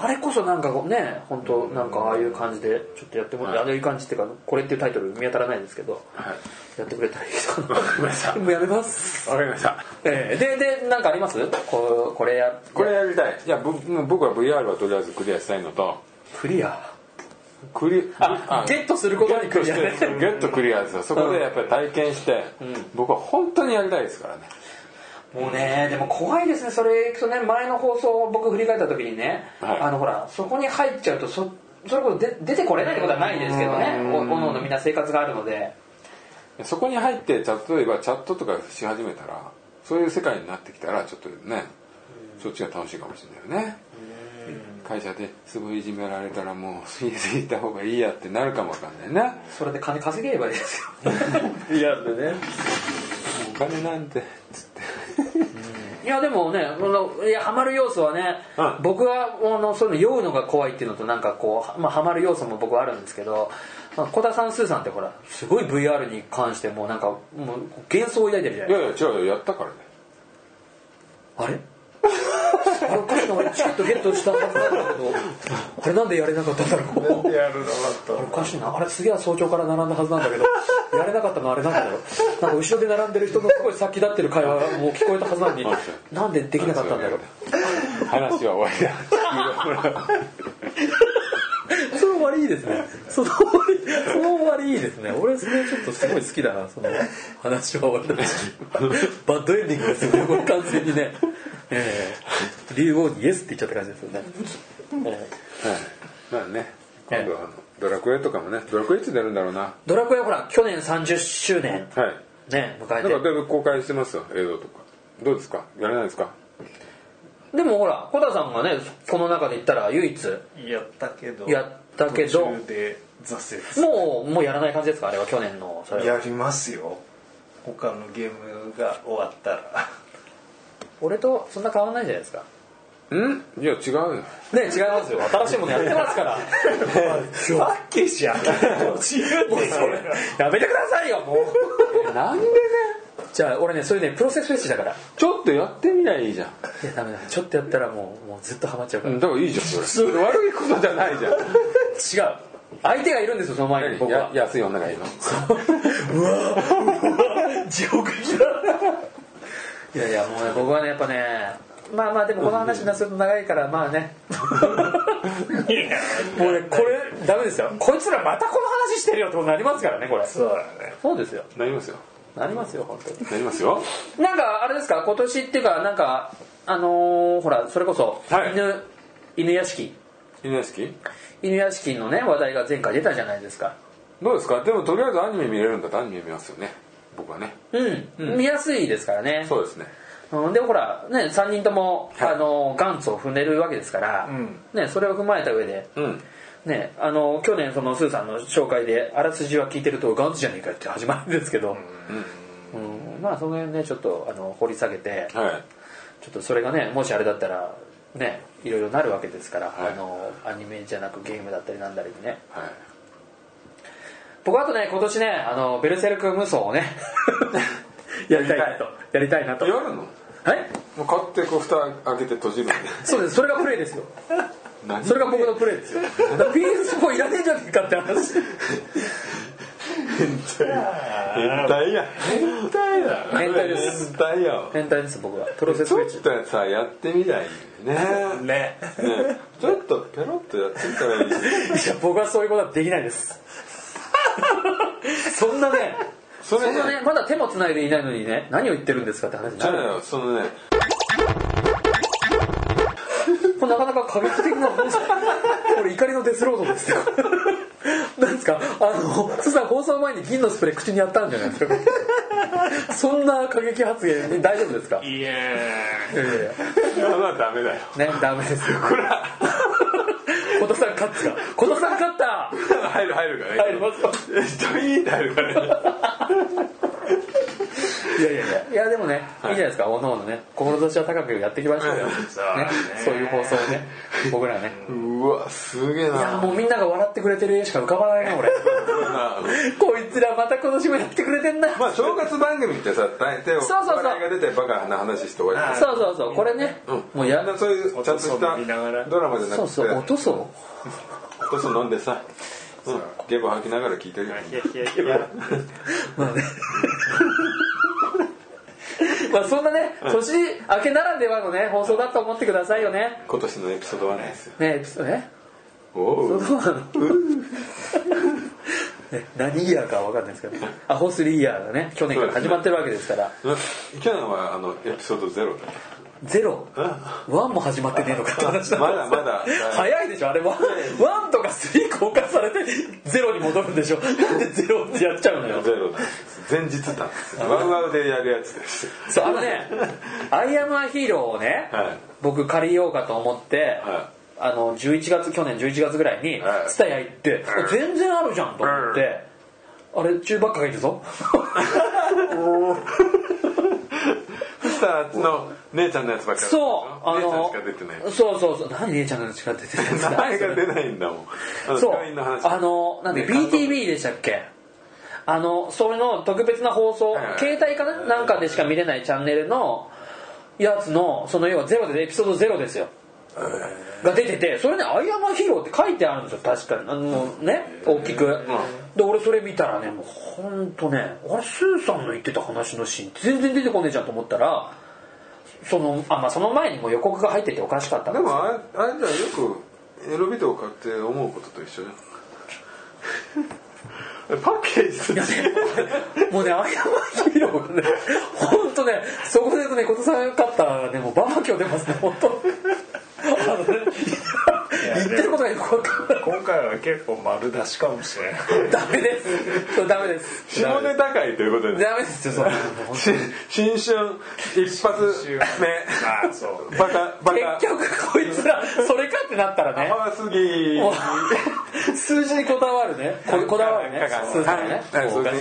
C: あれこそなんかこうね本当なんかああいう感じでちょっとやってもらって、ああいう感じっていうかこれっていうタイトル見当たらないですけど、
B: はい
C: やってくれたらいいかな
B: わかりました
C: もうやめます
B: とわかりました
C: ええででなんかありますこうこれや
B: これやりたいいやぶもう僕は VR はとりあえずクリアしたいのと
C: クリア
B: クリ
C: あゲットすることにクリア
B: ゲ
C: ね
B: ットしてゲットクリアですよそこでやっぱり体験して、僕は本当にやりたいですからね
C: もうねでも怖いですねそれいくとね前の放送を僕振り返った時にね、
B: はい
C: あのほらそこに入っちゃうとそそれこそで出てこれないってことはないですけどねおおのおのみんな生活があるので
B: そこに入ってチャ例えばチャットとかし始めたらそういう世界になってきたらちょっとねそっちが楽しいかもしれないよね会社ですごいいじめられたらもう家でいた方がいいやってなるかもわかんないね
C: それで金稼げればいいです よ
D: いやでね
B: お金なんてつって
C: いやでもねこのいやハマる要素はね、
B: うん
C: 僕はあのそういうの酔うのが怖いっていうのとなんかこう、まあ、ハマる要素も僕はあるんですけど、まあ、小田さんスーさんってほらすごい VR に関してもうなんかもう幻想を抱いてるじゃない
B: い
C: です
B: やいや違うよやったからね
C: かあれあの確か俺チケットゲットしたはずなんだけどこれなんでやれなかったんだろう
D: やるなかった
C: おかしいなあれすげえ早朝から並んだはずなんだけどやれなかったのあれなんだろうなんか後ろで並んでる人のすごい先立ってる会話がもう聞こえたはずなのになんでできなかったんだろう
B: 話は終わりだ
C: その終わりいいですねその終わりその終わりいいですね俺それちょっとすごい好きだなその話は終わりだしバッドエンディングですよねこれ完全にね ええ竜王にイエスって言っちゃった感じですよね、ええ
B: はいまあね今度はあのドラクエとかもねドラクエいつ出るんだろうな
C: ドラクエはほら去年30周年
B: はい
C: ね
B: な
C: 迎え
B: んか
C: て
B: だいぶ公開してますよ映像とかどうですかやらないですか
C: でもほら小田さんがねこの中で言ったら唯一
D: やったけど
C: やったけど
D: 途中で挫折
C: もうもうやらない感じですかあれは去年のそれは
D: やりますよ他のゲームが終わったら
C: 俺とそんな変わらないじゃないですか
B: うんいや違うよ
C: ね違いますよ新しいものやってますから
D: さっきじゃん途中でそれ
C: やめてくださいよもうなんでねじゃあ俺ねそういうねプロセスフェチだからい
B: ちょっとやってみりゃいいじゃん
C: やダメだちょっとやったらもうもうずっとハマっちゃうか
B: う
C: ら、
B: んだからいいじゃんそれ悪いことじゃない じゃん
C: 違う相手がいるんですよその前に僕は
B: や安い女がいます
C: 地獄いやいやもうね僕はねやっぱねまあまあでもこの話になすると長いからまあ ねもうねこれダメですよこいつらまたこの話してるよってことになりますからねこれ
D: そうだね
C: そうですよ
B: なりますよ
C: なりますよ本当に
B: なりますよ
C: なんかあれですか今年っていうかなんかあのーほらそれこそ、
B: はい
C: 犬犬屋敷
B: 犬屋敷
C: 犬屋敷のね話題が前回出たじゃないですか
B: どうですかでもとりあえずアニメ見れるんだったらアニメ見ますよね僕はね
C: うん、見やすいですからね
B: そうですね
C: うん、でもほらね3人とも、
B: はい
C: あの元祖を踏んでるわけですから、
D: ん
C: ね、それを踏まえた上で、
B: うん
C: ね、あの去年そのスーさんの紹介であらすじは聞いてると元祖じゃねえかって始まるんですけど、うんまあその辺ねちょっとあの掘り下げてちょ
B: はい
C: っとそれがねもしあれだったらねいろいろなるわけですから、
B: はい
C: あのアニメじゃなくゲームだったりなんだりでね
B: はい
C: 僕あとね今年ねあのベルセルク無双をねやりたいなとやりたいなと
B: やるのも
C: はい、
B: う買ってこう蓋開けて閉じるの
C: そうですそれがプレイですよ
B: 何
C: それが僕のプレイですよ。だから PS4 いらねえんじゃねえかって話。
B: 変態や変態だ
C: 変態です
B: 変態やわ
C: 変態です僕は。プロセ
B: ち
C: スフ
B: ょ
C: ェチ
B: っ。とさやってみりゃいいねね
D: ね
B: ちょっとペロッとやってみたらいい
C: いや僕はそういうことはできないです。そんなね。
B: そ
C: そ
B: れね
C: んなねまだ手も繋いでいないのにね何を言ってるんですかって話に
B: じ
C: な
B: ゃあ
C: る。
B: よそのね
C: これなかなか過激的な放送。これ怒りのデスロードですよ。なんですかあのそしたら放送前に銀のスプレー口にやったんじゃないですか。そんな過激発言ね大丈夫ですか。い
D: いや
C: やいやいや
B: まあダメだよ
C: ね、ダメですよ。こら。 小田さん勝つか。小田さん勝った。
B: 入る入るからね
C: ます。
B: 人いい入るからね
C: いやいやいや、いやでもね、い、いじゃないですか、おのおのね、志は高くやっていきましょうよ。ね
D: そうね、
C: そういう放送をね、 僕らね。
B: うわすげえ
C: いや
B: な
C: もうみんなが笑ってくれてる絵しか浮かばない な、俺。こいつらまた今年もやってくれてんな。
B: まあ正月番組ってさ大抵
C: そうそうそう
B: お笑いが出てバカな話して終わりだ
C: そうそうそう、これね、もうや
B: からそういうちゃんとし
D: 音そう見ながら
B: たドラマじゃなくて
C: そうそう、落とそう。
B: こそ飲んでさ、うん、ゲボ吐きながら聞いてるよ
D: いやいやいや
C: まあね。 まあそんなね、年明けならではのね、放送だと思ってくださいよね。
B: 今年のエピソードはないですよ
C: ね、エピソードね。
B: お
C: そう
B: う
C: なのね何イヤーかは分かんないですけどアホスリーイヤーがね去年から始まってるわけですから
B: 去年はあのエピソードゼロだよ
C: ゼロワンも始まってねえのかって話だ
B: まだまだ
C: 早いでしょあれワンワンとかスリー公開されてゼロに戻るんでしょなんでゼロってやっちゃうのよ
B: ゼロだ前日だワウワウでやるやつです
C: そうあのね「アイアムアヒーロー」をね、
B: はい
C: 僕借りようかと思って、
B: は
C: あの11月去年11月ぐらいに
B: はい
C: 蔦屋行って、あ全然あるじゃんと思って、あれ中ばっかがいるぞ
B: そしたらあっちの姉ちゃんのやつばっかり
C: そうあ
B: 姉ちゃんし
C: の
B: か出てない
C: そうそうそう何姉ちゃんの力出てないんです
B: 名
C: か
B: 前が出ないんだもんあの
C: そう
B: 病院の話
C: あのなんで
B: ね監督
C: BTV でしたっけあのそれの特別な放送、
B: はいはい
C: 携帯かななんかでしか見れないチャンネルのやつのその要はゼロでエピソードゼロですよが出ててそれね「アイアンマンヒーロー」って書いてあるんですよ確かにあのね大きくで俺それ見たらねもうほんとねあれスーさんの言ってた話のシーンって全然出てこねえじゃんと思ったらそのあまあその前にもう予告が入ってておかしかったん
B: で
C: です
B: もあれあれじゃんよくエロビデオ買って思うことと一緒じゃん パッケージと違う
C: もうね、アイアンマンヒーローがね、ほんとね、そこでね、ことさんかったらね、もうバンバン今日出ますね、ほんと。あのね、言ってることがよくわかんない。
D: 今回は結構丸出しかもしれない
C: ダメです。そうダメです。
B: 下ネタ界ということで
C: ダメですよ、そんなの本
B: し新春一発
D: 週ああそう
B: 目バカバカ
C: 当に結局こいつら、それかってなったらね、
B: 怖すぎ
C: もう数字にこだわるね。ここだわるね。数字にね。
B: はい、それで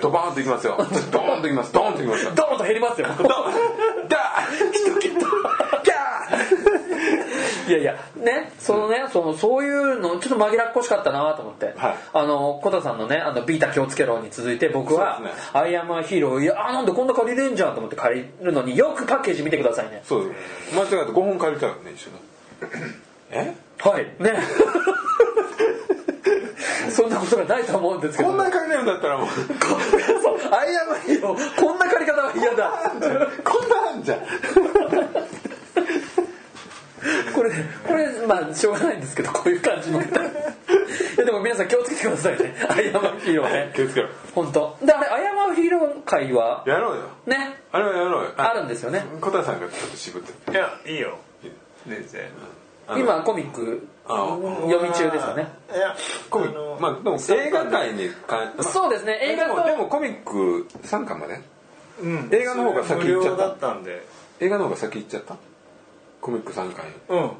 B: ドバーンといきますよ。ドーンといきます。ドーンといきますよ。
C: ドーンと減りますよ。
B: ドーンダー人気ドギ
C: いやいやねそのねそのそういうのちょっと紛らっこしかったなと思って、
B: はい
C: あのコタさんのねあのビータ気をつけろに続いて僕は、
B: そうですね
C: アイアンマンヒーローいやあなんでこんな借りれんじゃんと思って借りるのによくパッケージ見てくださいね
B: そう間違えて5本借りたよね、一緒に。え
C: はいね そんなことがないと思うんですけど
B: こんなに借りれるんだったらもう、
C: そうアイアンマンヒーローこんな借り方は嫌だ
B: こんなんじゃん。
C: これこれまあしょうがないんですけどこういう感じの いやでも皆さん気をつけてくださいねアイアンマンヒーローね
B: 気をつけろ
C: 本当であれ謝るヒーロー会は
B: やろうよ。
C: ね
B: あれはやろうよ。
C: あるんですよね
B: 小田さんがちょっと渋って
D: いやいいよ全然
B: あの
C: 今コミック
B: あ
C: 読み中ですよね
D: いや
B: コミ
D: あの
B: まあ、でも映画界に関
C: そうですね映
B: で
C: 画
B: も、で
C: と
B: もコミック3巻まで
D: うん
B: 映画の方が先行っちゃった
D: 無料だったんで
B: 映画の方が先行っちゃったコミック3巻より
D: うん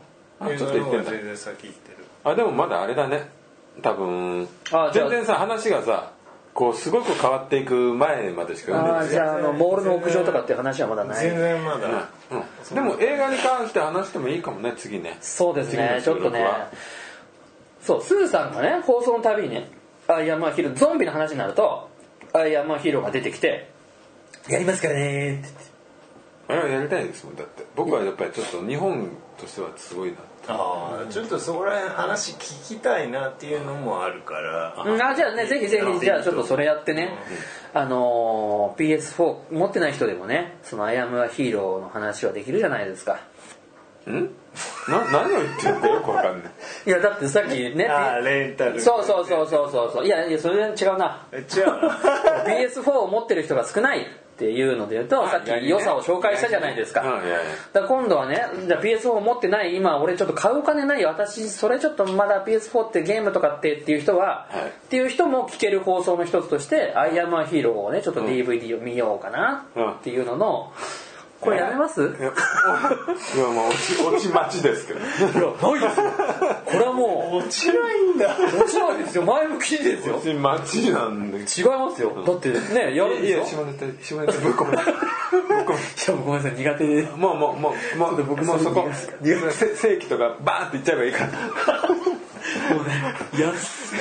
B: あ
D: 映
B: ちょ
D: 画
B: っと
D: の
B: 行っ
D: 方
B: てんだ
D: が全然先行ってる
B: あでもまだあれだね多分
C: あじゃあ
B: 全然さ話がさこうすごく変わっていく前までしか読んで
C: あ
B: ない
C: ーじゃああのモールの屋上とかっていう話はまだな
D: 全
C: い
D: 然まだ
B: うん、でも映画に関して話してもいいかもね次ね
C: そうですねち
B: 次
C: ょ
B: の収
C: っと
B: 録
C: ね
B: は
C: そうスーさんがね放送のたびにねアイアンマンヒーローゾンビの話になるとアイアンマンヒーローが出てきてやりますからねーって
B: あれはやりたいですもんだって僕はやっぱりちょっと日本としてはすごいな
D: あーちょっとそこら辺話聞きたいなっていうのもあるから
C: うんあじゃあねぜひぜひじゃあちょっとそれやってね、あのー PS4 持ってない人でもねその「アイアムはヒーロー」の話はできるじゃないですか
B: んな何を言ってるんだよくわか んない
C: いやだってさっきね
D: あーレンタル
C: そうそうそうそうそうそういやいやそれは違うな
D: え違う
C: PS4 を持ってる人が少ないっていうので言うとさっき良さを紹介したじゃないですか
B: うんいやいや
C: だから今度はねじゃあ PS4 を持ってない今俺ちょっと買うお金ないよ私それちょっとまだ PS4 ってゲームとかってっていう人は、
B: はい
C: っていう人も聞ける放送の一つとして「アイアンマンヒーロー」をねちょっと DVD を見ようかな
B: うん
C: っていうのの、これやめます
B: いやおいやまあ落ち 落ち待ちですけど
C: ないですよこれはも
D: 落ちないんだ
C: う面白いですよ前向きですよ
B: 落ち待ちなんで
C: 違いますよだってねやるん
B: い
C: で
B: や
C: す
B: 下
C: よ
B: ネタ下ネタぶっ込むぶっ 込む
C: しかもごめんなさい苦手で
B: もうもうもうもう
C: 僕
B: もうそこ
C: そう
B: せ正規とかバーンっていっちゃえばいいから
C: もうね、安す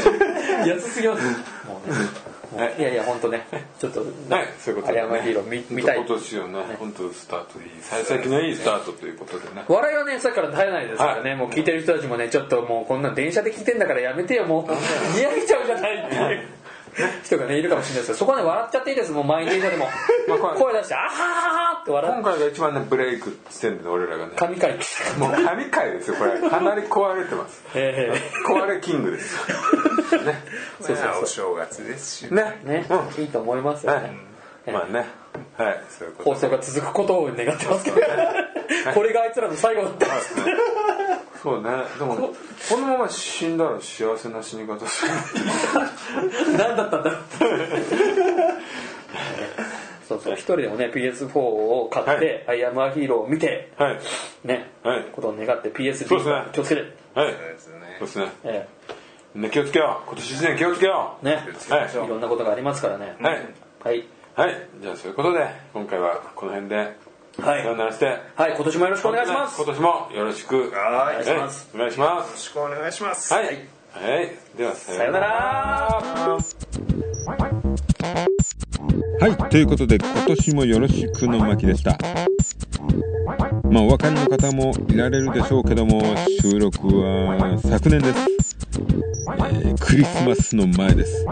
C: ぎ、安すぎます。もうね、もう
B: はい
C: いやいや、本当ね、ちょっと、
B: はいそういうことで、
C: アイアンマンヒーロー見見たい
B: 本当今年をね本当スタートいい幸先のいいスタートということでね
C: 笑いはね、さっきから絶えないですからね、
B: はい
C: もう聞いてる人たちもね、ちょっともうこんな電車で聞いてんだからやめてよ、もう、嫌来ちゃうじゃないっていう。人がねいるかもしれないですけどそこはね笑っちゃっていいですもう満員電車 でも
B: まあこれ
C: 声出して「あははは」って笑
B: 今
C: う
B: 回が一番ねブレイクしてんで俺らがね
C: 神回
B: もう神回ですよこれかなり壊れて ます
C: え
B: 壊れキングですよね
D: そうそうお正月ですし
B: ね
C: えね
B: うん
C: いいと思いますよね
B: はいまあねはいそういうこと
C: 放送が続くことを願ってますけどこれがあいつらの最後だった
B: そうねでもこのまま死んだら幸せな死に方する
C: 何だったん だろうそうそう一人でもね PS4 を買って「アイアムアヒーロー」を見て
B: はい
C: ね、
B: はい
C: ことを願って
B: そうですね
C: PSD 気をつけて、
B: はい
D: そうですね
B: そうですね
C: え
B: みんな気をつけよう今年一年気をつけよ
C: え
B: う
C: ね
B: はい
C: いろんなことがありますからね
B: はい
C: はい、
B: はいじゃあそういうことで今回はこの辺で
C: はい
B: さよならして
C: はい、今年もよろしくお願いします
B: 今年もよろしく
D: は
C: お願
D: い
C: いします
B: お願いします
D: よろしく お願いします
B: はいはいではさ
C: さよ
B: よな
C: な
B: ら
C: ら
A: はい、ということで今年もよろしくの巻でした。まあお分かりの方もいられるでしょうけども収録は昨年です、えークリスマスの前です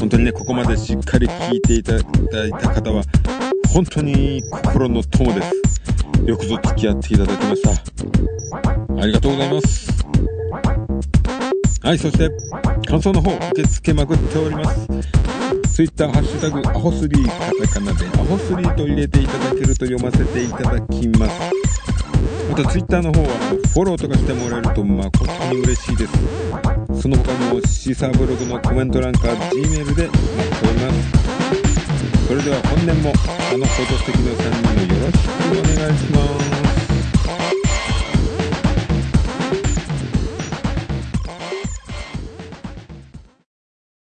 A: 本当にねここまでしっかり聞いていただいた方は本当に心の友ですよくぞ付き合っていただきましたありがとうございますはいそして感想の方受け付けまくっておりますツイッターハッシュタグアホスリーカタカナでアホスリーと入れていただけると読ませていただきますまたツイッターの方はフォローとかしてもらえると誠に嬉しいですその他もシーサーブログのコメント欄か G メールで待っておりますそれでは本年もあの報道的な3人をよろしくお願いします